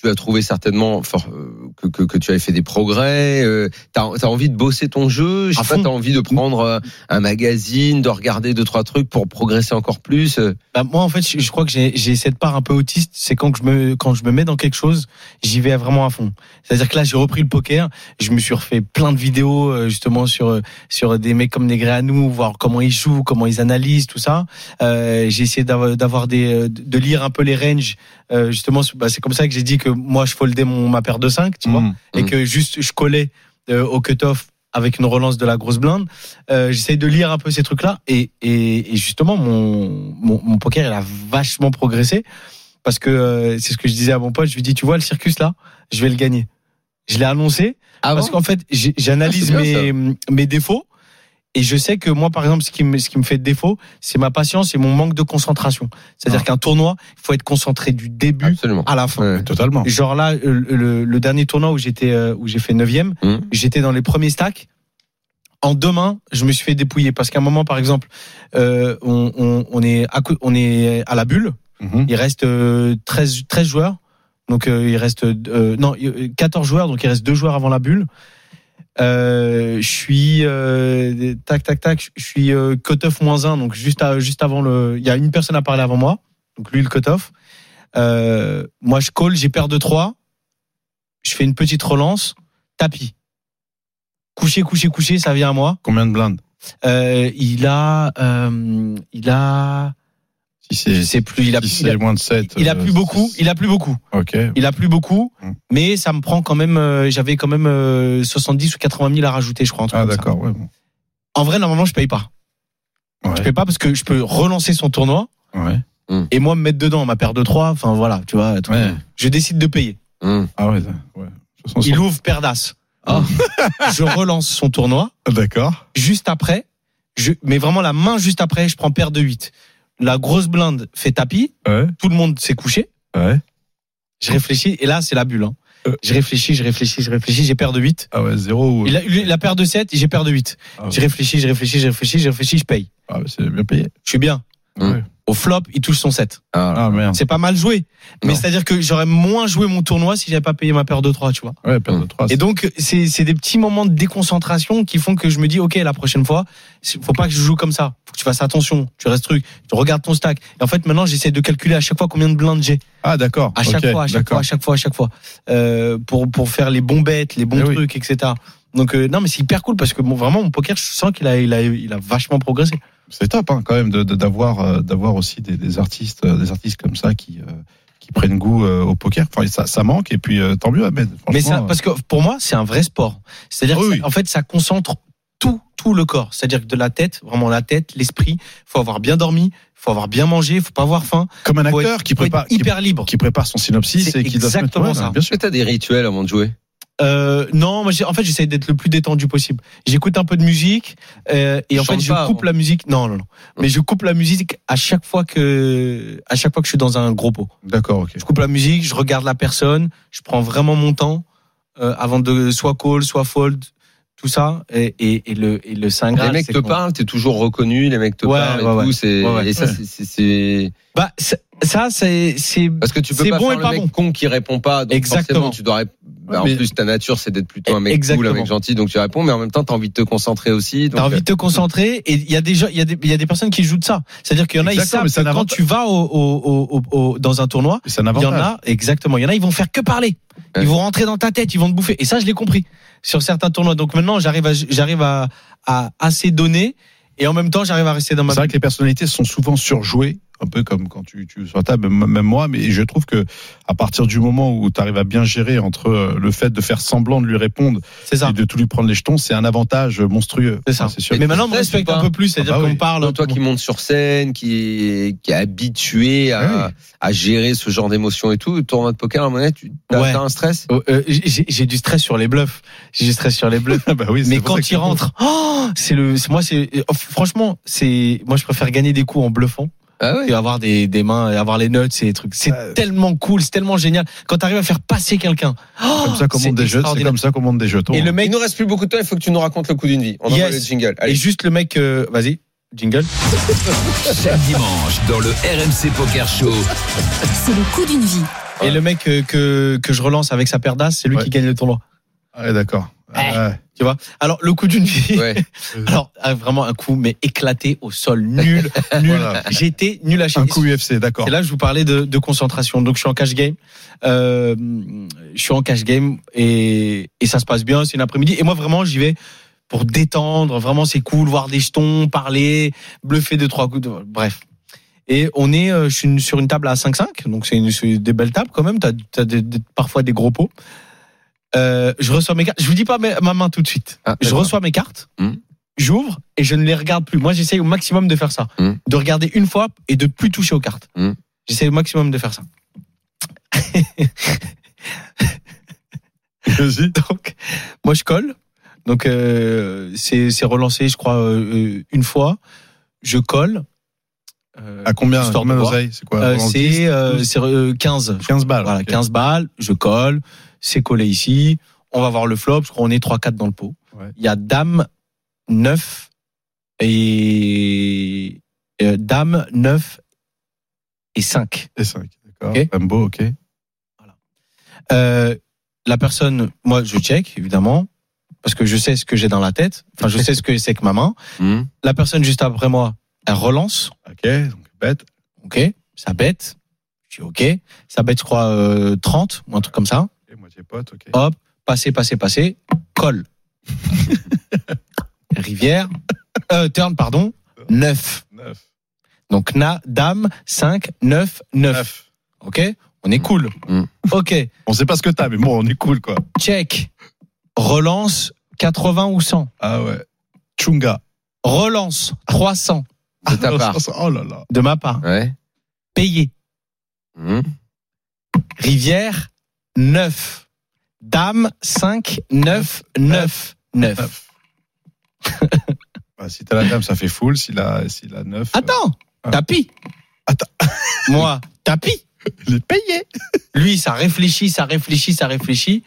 tu as trouvé certainement for- euh, que, que, que tu avais fait des progrès Tu as, envie de bosser ton jeu Je À sais pas, fond. tu as envie de prendre euh, un magazine, de regarder deux, trois trucs pour progresser encore plus euh, Bah, moi, en fait, je, je crois que j'ai j'ai cette part un peu autiste. C'est quand que je me quand je me mets dans quelque chose, j'y vais vraiment à fond. C'est-à-dire que là, j'ai repris le poker. Je me suis refait plein de vidéos euh, justement sur euh, sur des mecs comme Negreanu, voir comment ils jouent, comment ils analysent tout ça. Euh, j'ai essayé d'avoir d'avoir des euh, de lire un peu les ranges. Euh, justement, c'est- bah, c'est comme ça que j'ai dit que moi, je foldais mon ma paire de 5 Mm. tu vois. Mmh. et Mhm. que juste je collais euh, au cut-off avec une relance de la grosse blinde. Euh, J'essaye de lire un peu ces trucs-là et, et, et justement mon, mon, mon poker il a vachement progressé parce que euh, c'est ce que je disais à mon pote. Je lui dis tu vois le circus là, je vais le gagner. Je l'ai annoncé Ah parce bon qu'en fait j'ai- j'analyse Ah, c'est bien, mes, mes défauts et je sais que moi par exemple ce qui me, ce qui me fait défaut c'est ma patience et mon manque de concentration. C'est-à-dire qu'un tournoi il faut être concentré du début ah, Absolument. à la fin. Ah. Ouais. Totalement. Genre là, euh, le, le- le dernier tournoi où j'étais, euh, où j'ai fait 9 Mhm. j'étais dans les premiers stacks. En deux mains, je me suis fait dépouiller parce qu'à un moment, par exemple, euh, on, on- on est à, cou- on est à la bulle. Mhm. Il reste euh, 13, 13 joueurs. Donc euh, il reste euh, non euh, 14 joueurs. Donc il reste deux joueurs avant la bulle. Euh, je suis euh, tac tac tac. Je suis euh, cutoff moins 1 Donc juste à- juste avant le, il y a une personne à parler avant moi. Donc lui le cutoff. Euh, moi je call, j'ai paire de 3 Je fais une petite relance, tapis. Couché, couché, couché, ça vient à moi. Combien de blindes Euh, il a, euh, il a, Si je c'est sais plus, il a, si il a, c'est moins de 7. il a plus beaucoup, il a plus beaucoup, Ok. il a plus beaucoup, Hmm. mais ça me prend quand même, euh, j'avais quand même euh, 70 ou 80 000 à rajouter, je crois. un truc Ah, comme ça. d'accord, ouais. bon. En vrai, normalement, je paye pas. Je Ouais. paye pas parce que je peux relancer son tournoi Ouais. et moi me mettre dedans ma paire de 3 Enfin voilà, tu vois. tout. Ouais. Je décide de payer. Hum. Ah ouais, ouais. De toute façon, Il ouvre paire d'as. Ah. je relance son tournoi. D'accord. Juste après, je, mais vraiment la main juste après, je prends paire de 8. La grosse blinde fait tapis. Ouais, Tout le monde s'est couché. ouais. Je réfléchis. Et là, c'est la bulle. hein. Euh. Je réfléchis, je réfléchis, je réfléchis. J'ai paire de 8. Ah ouais, zéro. ou- Il a, lui, il a paire de 7 et j'ai paire de 8. Ah ouais. Je réfléchis, je réfléchis, je réfléchis, je réfléchis, je paye. Ah ouais, c'est bien payé. Je suis bien. Ouais. Au flop, il touche son 7. Ah, Ah merde. C'est pas mal joué. Mais Non. c'est-à-dire que j'aurais moins joué mon tournoi si j'avais pas payé ma paire de 3, tu vois. Ouais, perdre de 3. Et donc, c'est c'est des petits moments de déconcentration qui font que je me dis, OK, la prochaine fois, c'est- faut pas que je joue comme ça. Faut que tu fasses attention. Tu restes truc. Tu regardes ton stack. Et en fait, maintenant, j'essaie de calculer à chaque fois combien de blindes j'ai. Ah d'accord. À chaque Ok, fois, à chaque d'accord. fois, à chaque fois, à chaque fois. Euh, pour, pour faire les bons bêtes, les bons Eh oui. trucs, etc. Donc, euh, non, mais c'est hyper cool parce que bon, vraiment, mon poker, je sens qu'il a, il a, il a vachement progressé. C'est top hein, quand même de- de- d'avoir euh, d'avoir aussi des, des artistes euh, des artistes comme ça qui euh, qui prennent goût euh, au poker. Enfin ça, ça manque et puis euh, tant mieux Ahmed. Mais Franchement, ça, parce que pour moi, c'est un vrai sport. C'est-à-dire, Ah que oui. ça- en fait, ça concentre tout, tout le corps. C'est-à-dire que de la tête, vraiment la tête, l'esprit. Faut avoir bien dormi, faut avoir bien mangé, faut pas avoir faim. euh, comme un faut acteur être- qui faut être prépare qui, hyper libre. qui prépare son synopsis C'est et qui doit se mettre- exactement ouais, ça. Bien Est-ce sûr. que t'as des rituels avant de jouer Euh, non, moi, j'ai- en fait, j'essaie d'être le plus détendu possible. J'écoute un peu de musique euh, et en Chante fait, je pas, coupe hein. la musique. Non, non, non. Mais je coupe la musique à chaque fois que, à chaque fois que je suis dans un gros pot. D'accord, OK. Je coupe la musique, je regarde la personne, je prends vraiment mon temps euh, avant de soit call, soit fold, tout ça. Et, et, et le, et le Saint Les Graal, mecs Ah, c'est te qu'on- parlent, t'es toujours reconnu, les mecs te Ouais, parlent et ouais, tout. ouais. c'est- Ouais, ouais. Et ça, c'est- c'est- c'est. Bah, c'est- ça, c'est. Euh, c'est- Parce que tu peux C'est pas bon faire et le pas mec bon. con qui répond pas. Donc Exactement. forcément, tu dois. rép- Bah, en Mais- plus, ta nature, c'est d'être plutôt un mec Exactement. cool, un mec gentil, donc tu réponds, mais en même temps, t'as envie de te concentrer aussi. donc, T'as euh, envie de te concentrer et il y a des gens, il y a des, il y a des personnes qui jouent de ça. C'est-à-dire qu'il y en a, ils Exactement, savent mais ça que quand n'invente- tu vas au, au- au- au- dans un tournoi, C'est un il y avantage. en a, exactement, il y en a, ils vont faire que parler. Ouais. Ils vont rentrer dans ta tête, ils vont te bouffer. Et ça, je l'ai compris sur certains tournois. Donc maintenant, j'arrive à, j'arrive à, à assez donner et en même temps, j'arrive à rester dans ma C'est vrai que les personnalités sont souvent surjouées, un peu comme quand tu, tu sur la table, m- même moi, mais je trouve que à partir du moment où tu arrives à bien gérer entre euh, le fait de faire semblant de lui répondre C'est ça. et de tout lui prendre les jetons, c'est un avantage monstrueux. C'est ça. Ouais, sûr. Mais maintenant, on me stress ou respecte pas un peu plus, c'est-à-dire Ah bah qu'on oui. parle. euh, Toi qui montes sur scène, qui est, qui est habitué à, Ouais. à gérer ce genre d'émotions et tout, le tournoi de poker, à un moment donné, tu t'as Ouais. t'as un stress Oh, euh, j'ai j'ai du stress sur les bluffs. J'ai du stress sur les bluffs. *laughs* Ah bah oui, *laughs* c'est Mais pour ça quand que il c'est rentre, oh, c'est le, c'est- moi c'est, euh, franchement, c'est, moi je préfère gagner des coups en bluffant Ah ouais. et avoir des, des mains, et avoir les nuts, et des trucs. C'est Ouais. tellement cool, c'est tellement génial. Quand t'arrives à faire passer quelqu'un, cool. oh, Comme ça qu'on c'est monte des jeux, c'est extraordinaire. comme ça qu'on monte des jetons. Et le Il mec, nous reste plus beaucoup de temps, il faut que tu nous racontes le coup d'une vie. On Yes. envoie le jingle. et Allez. juste le mec, euh, vas-y, jingle. Chaque dimanche dans le RMC Poker Show. C'est le coup d'une vie. Et le mec euh, que, que je relance avec sa paire d'as, c'est lui Ouais. qui gagne le tournoi. Ah ouais, d'accord. Eh, Ah ouais. Tu vois. Alors, le coup d'une vie. Ouais. *laughs* Alors, ah, vraiment un coup, mais éclaté au *laughs* sol, nul, nul. Voilà. Ah. J'étais nul à chier. Un coup UFC, d'accord. C'est là que je vous parlais de, de concentration. Donc, je suis en cash game. Euh, je suis en cash game et, et ça se passe bien. C'est une après-midi. Et moi, vraiment, j'y vais pour détendre. Vraiment, c'est cool, voir des jetons, parler, bluffer deux, trois coups. de- Bref. Et on est, euh, je suis une- sur une table à 5-5. Donc, c'est une- c'est des belles tables quand même. T'as, t'as des- des- parfois des gros pots. Euh, je reçois mes cartes. Je vous dis pas ma ma main tout de suite Ah, je d'accord. reçois mes cartes, Hmm. j'ouvre et je ne les regarde plus. Moi, j'essaye au maximum de faire ça, Hmm. de regarder une fois et de plus toucher aux cartes. Hmm. J'essaye au maximum de faire *laughs* ça. Vas-y. Donc, moi, je colle. Donc, euh, c'est c'est relancé, je crois, euh, une fois. Je colle. Euh, À combien histoire de Combien voir. d'oseilles C'est quoi Euh, Dans le c'est 10, euh, 12, c'est, euh, 15. je 15 balles. Voilà, Ah, ok. 15 balles, je colle, c'est collé ici, on va voir le flop, je crois on est 3-4 dans le pot. Il Ouais. y a dame 9 et euh, dame 9 et 5. et 5. D'accord. Ok. Lambo, ok. Euh, la personne, moi je check évidemment parce que je sais ce que j'ai dans la tête, enfin je sais ce que c'est que ma main. Hmm. La personne juste après moi, elle relance, Ok, donc bête. OK, ça bête. Je dis OK, ça bête je crois euh, 30 ou un truc comme ça. Et moitié pote, ok. Hop, passer, passer, passer, colle. Rivière, euh, turn, pardon, 9. 9. Donc, na, dame, 5, 9, 9. Ok On est cool. Mm. Ok, On sait pas ce que t'as, mais bon, on est cool, quoi. check. Relance, 80 ou 100. Ah ouais. Chunga. Relance, 300 De *laughs* ta part. Oh là là. de ma part. Ouais. Payé. Hmm. Rivière, 9. Dame, 5, 9, 9, Euh, 9. *laughs* Bah, si t'as la dame, ça fait full. Si la, si la 9. Attends, Ah. tapis. Attends. Moi, tapis. il est payé. Lui, ça réfléchit, ça réfléchit, ça réfléchit.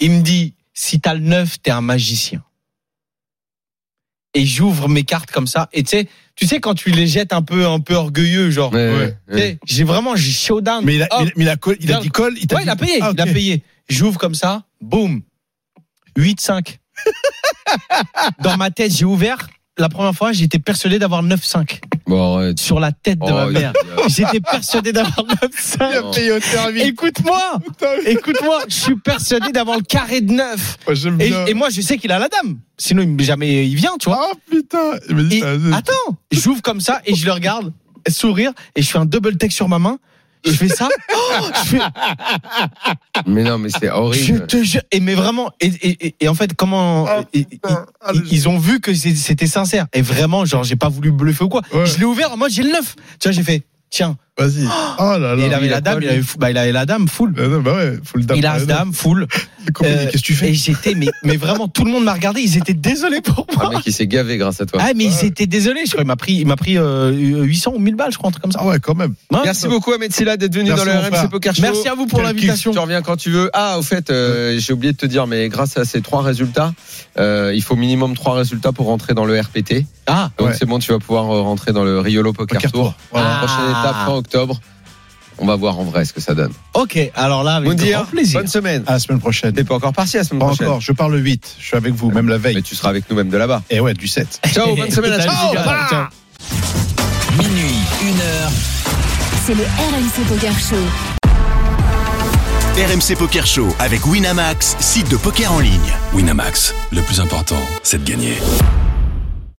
Il me dit, si t'as le 9, t'es un magicien. Et j'ouvre mes cartes comme ça. Et tu sais, tu sais, quand tu les jettes un peu, un peu orgueilleux, genre. Ouais, tu sais, J'ai vraiment, j'ai showdown. Mais il a, Hop. il, mais il a, col- il a Regarde. dit col. Il t'a ouais, il a dit- payé, Ah, il a ok. payé. J'ouvre comme ça, boum. *laughs* 8-5. Dans ma tête, j'ai ouvert. La première fois, j'étais persuadé d'avoir 9-5 Bon, arrête. sur la tête de ma Oh, *laughs* *laughs* mère. il- J'étais persuadé d'avoir 9-5. Non. Payé au service. Écoute-moi, écoute-moi, je suis persuadé d'avoir le carré de 9. Moi, J'aime Et, bien. et moi, je sais qu'il a la dame. Sinon, il- jamais il vient, tu vois. Ah putain. Il m'a dit, Et- ça, c'est- attends, j'ouvre comme ça et je le regarde sourire et je fais un double take sur ma main. Je *laughs* fais ça. Oh, je fais, Mais non, mais c'est *laughs* je horrible. te jure. Et mais vraiment. Et, et- et- et en fait, comment Ah, et- et- putain. Ah, ils, le- ils ont vu que c'est- c'était sincère. Et vraiment, genre, j'ai pas voulu bluffer ou quoi. Ouais. Je l'ai ouvert en mode j'ai le 9 Tu vois, j'ai fait tiens. Vas-y. Oh là là. Et il avait il a la dame. pas Il avait, fou- bah, il avait la dame full. Ah non, bah ouais, faut le dame. Il a la dame full. Comment il dit, Euh, Qu'est-ce que tu fais Et j'étais, mais, *laughs* mais vraiment, tout le monde m'a regardé. Ils étaient désolés pour Un moi. mec qui s'est gavé grâce à toi. Ah, mais ils Ouais. étaient désolés. Je crois, il m'a pris, il m'a pris euh, 800 ou 1000 balles, je crois, un truc comme ça. Ah ouais, quand même. Non, Merci beaucoup à Metzila d'être venu Merci, dans le mon RMC frère. Poker Show. Merci à vous pour Quel l'invitation. Tu reviens quand tu veux. Ah, au fait, euh, j'ai oublié de te dire, mais grâce à ces trois résultats, euh, il faut minimum trois résultats pour rentrer dans le RPT. Ah, Donc Ouais. c'est bon, tu vas pouvoir euh, rentrer dans le Riolo Poker, Poker Tour. Tour. Voilà. Ah. Prochaine étape fin octobre. On va voir en vrai ce que ça donne. ok. Alors là, avec Moundir, grand plaisir. bonne semaine. À la semaine prochaine. T'es pas encore parti la semaine Pas prochaine. encore, je parle le 8. Je suis avec vous, même la veille. Mais tu seras avec nous même de *laughs* là-bas. Et ouais, du 7. Ciao, bonne semaine à Salut, tous. Gérald. Ciao. Minuit, 1 heure. C'est le RMC Poker Show. RMC Poker Show avec Winamax, site de poker en ligne. Winamax, le plus important, c'est de gagner.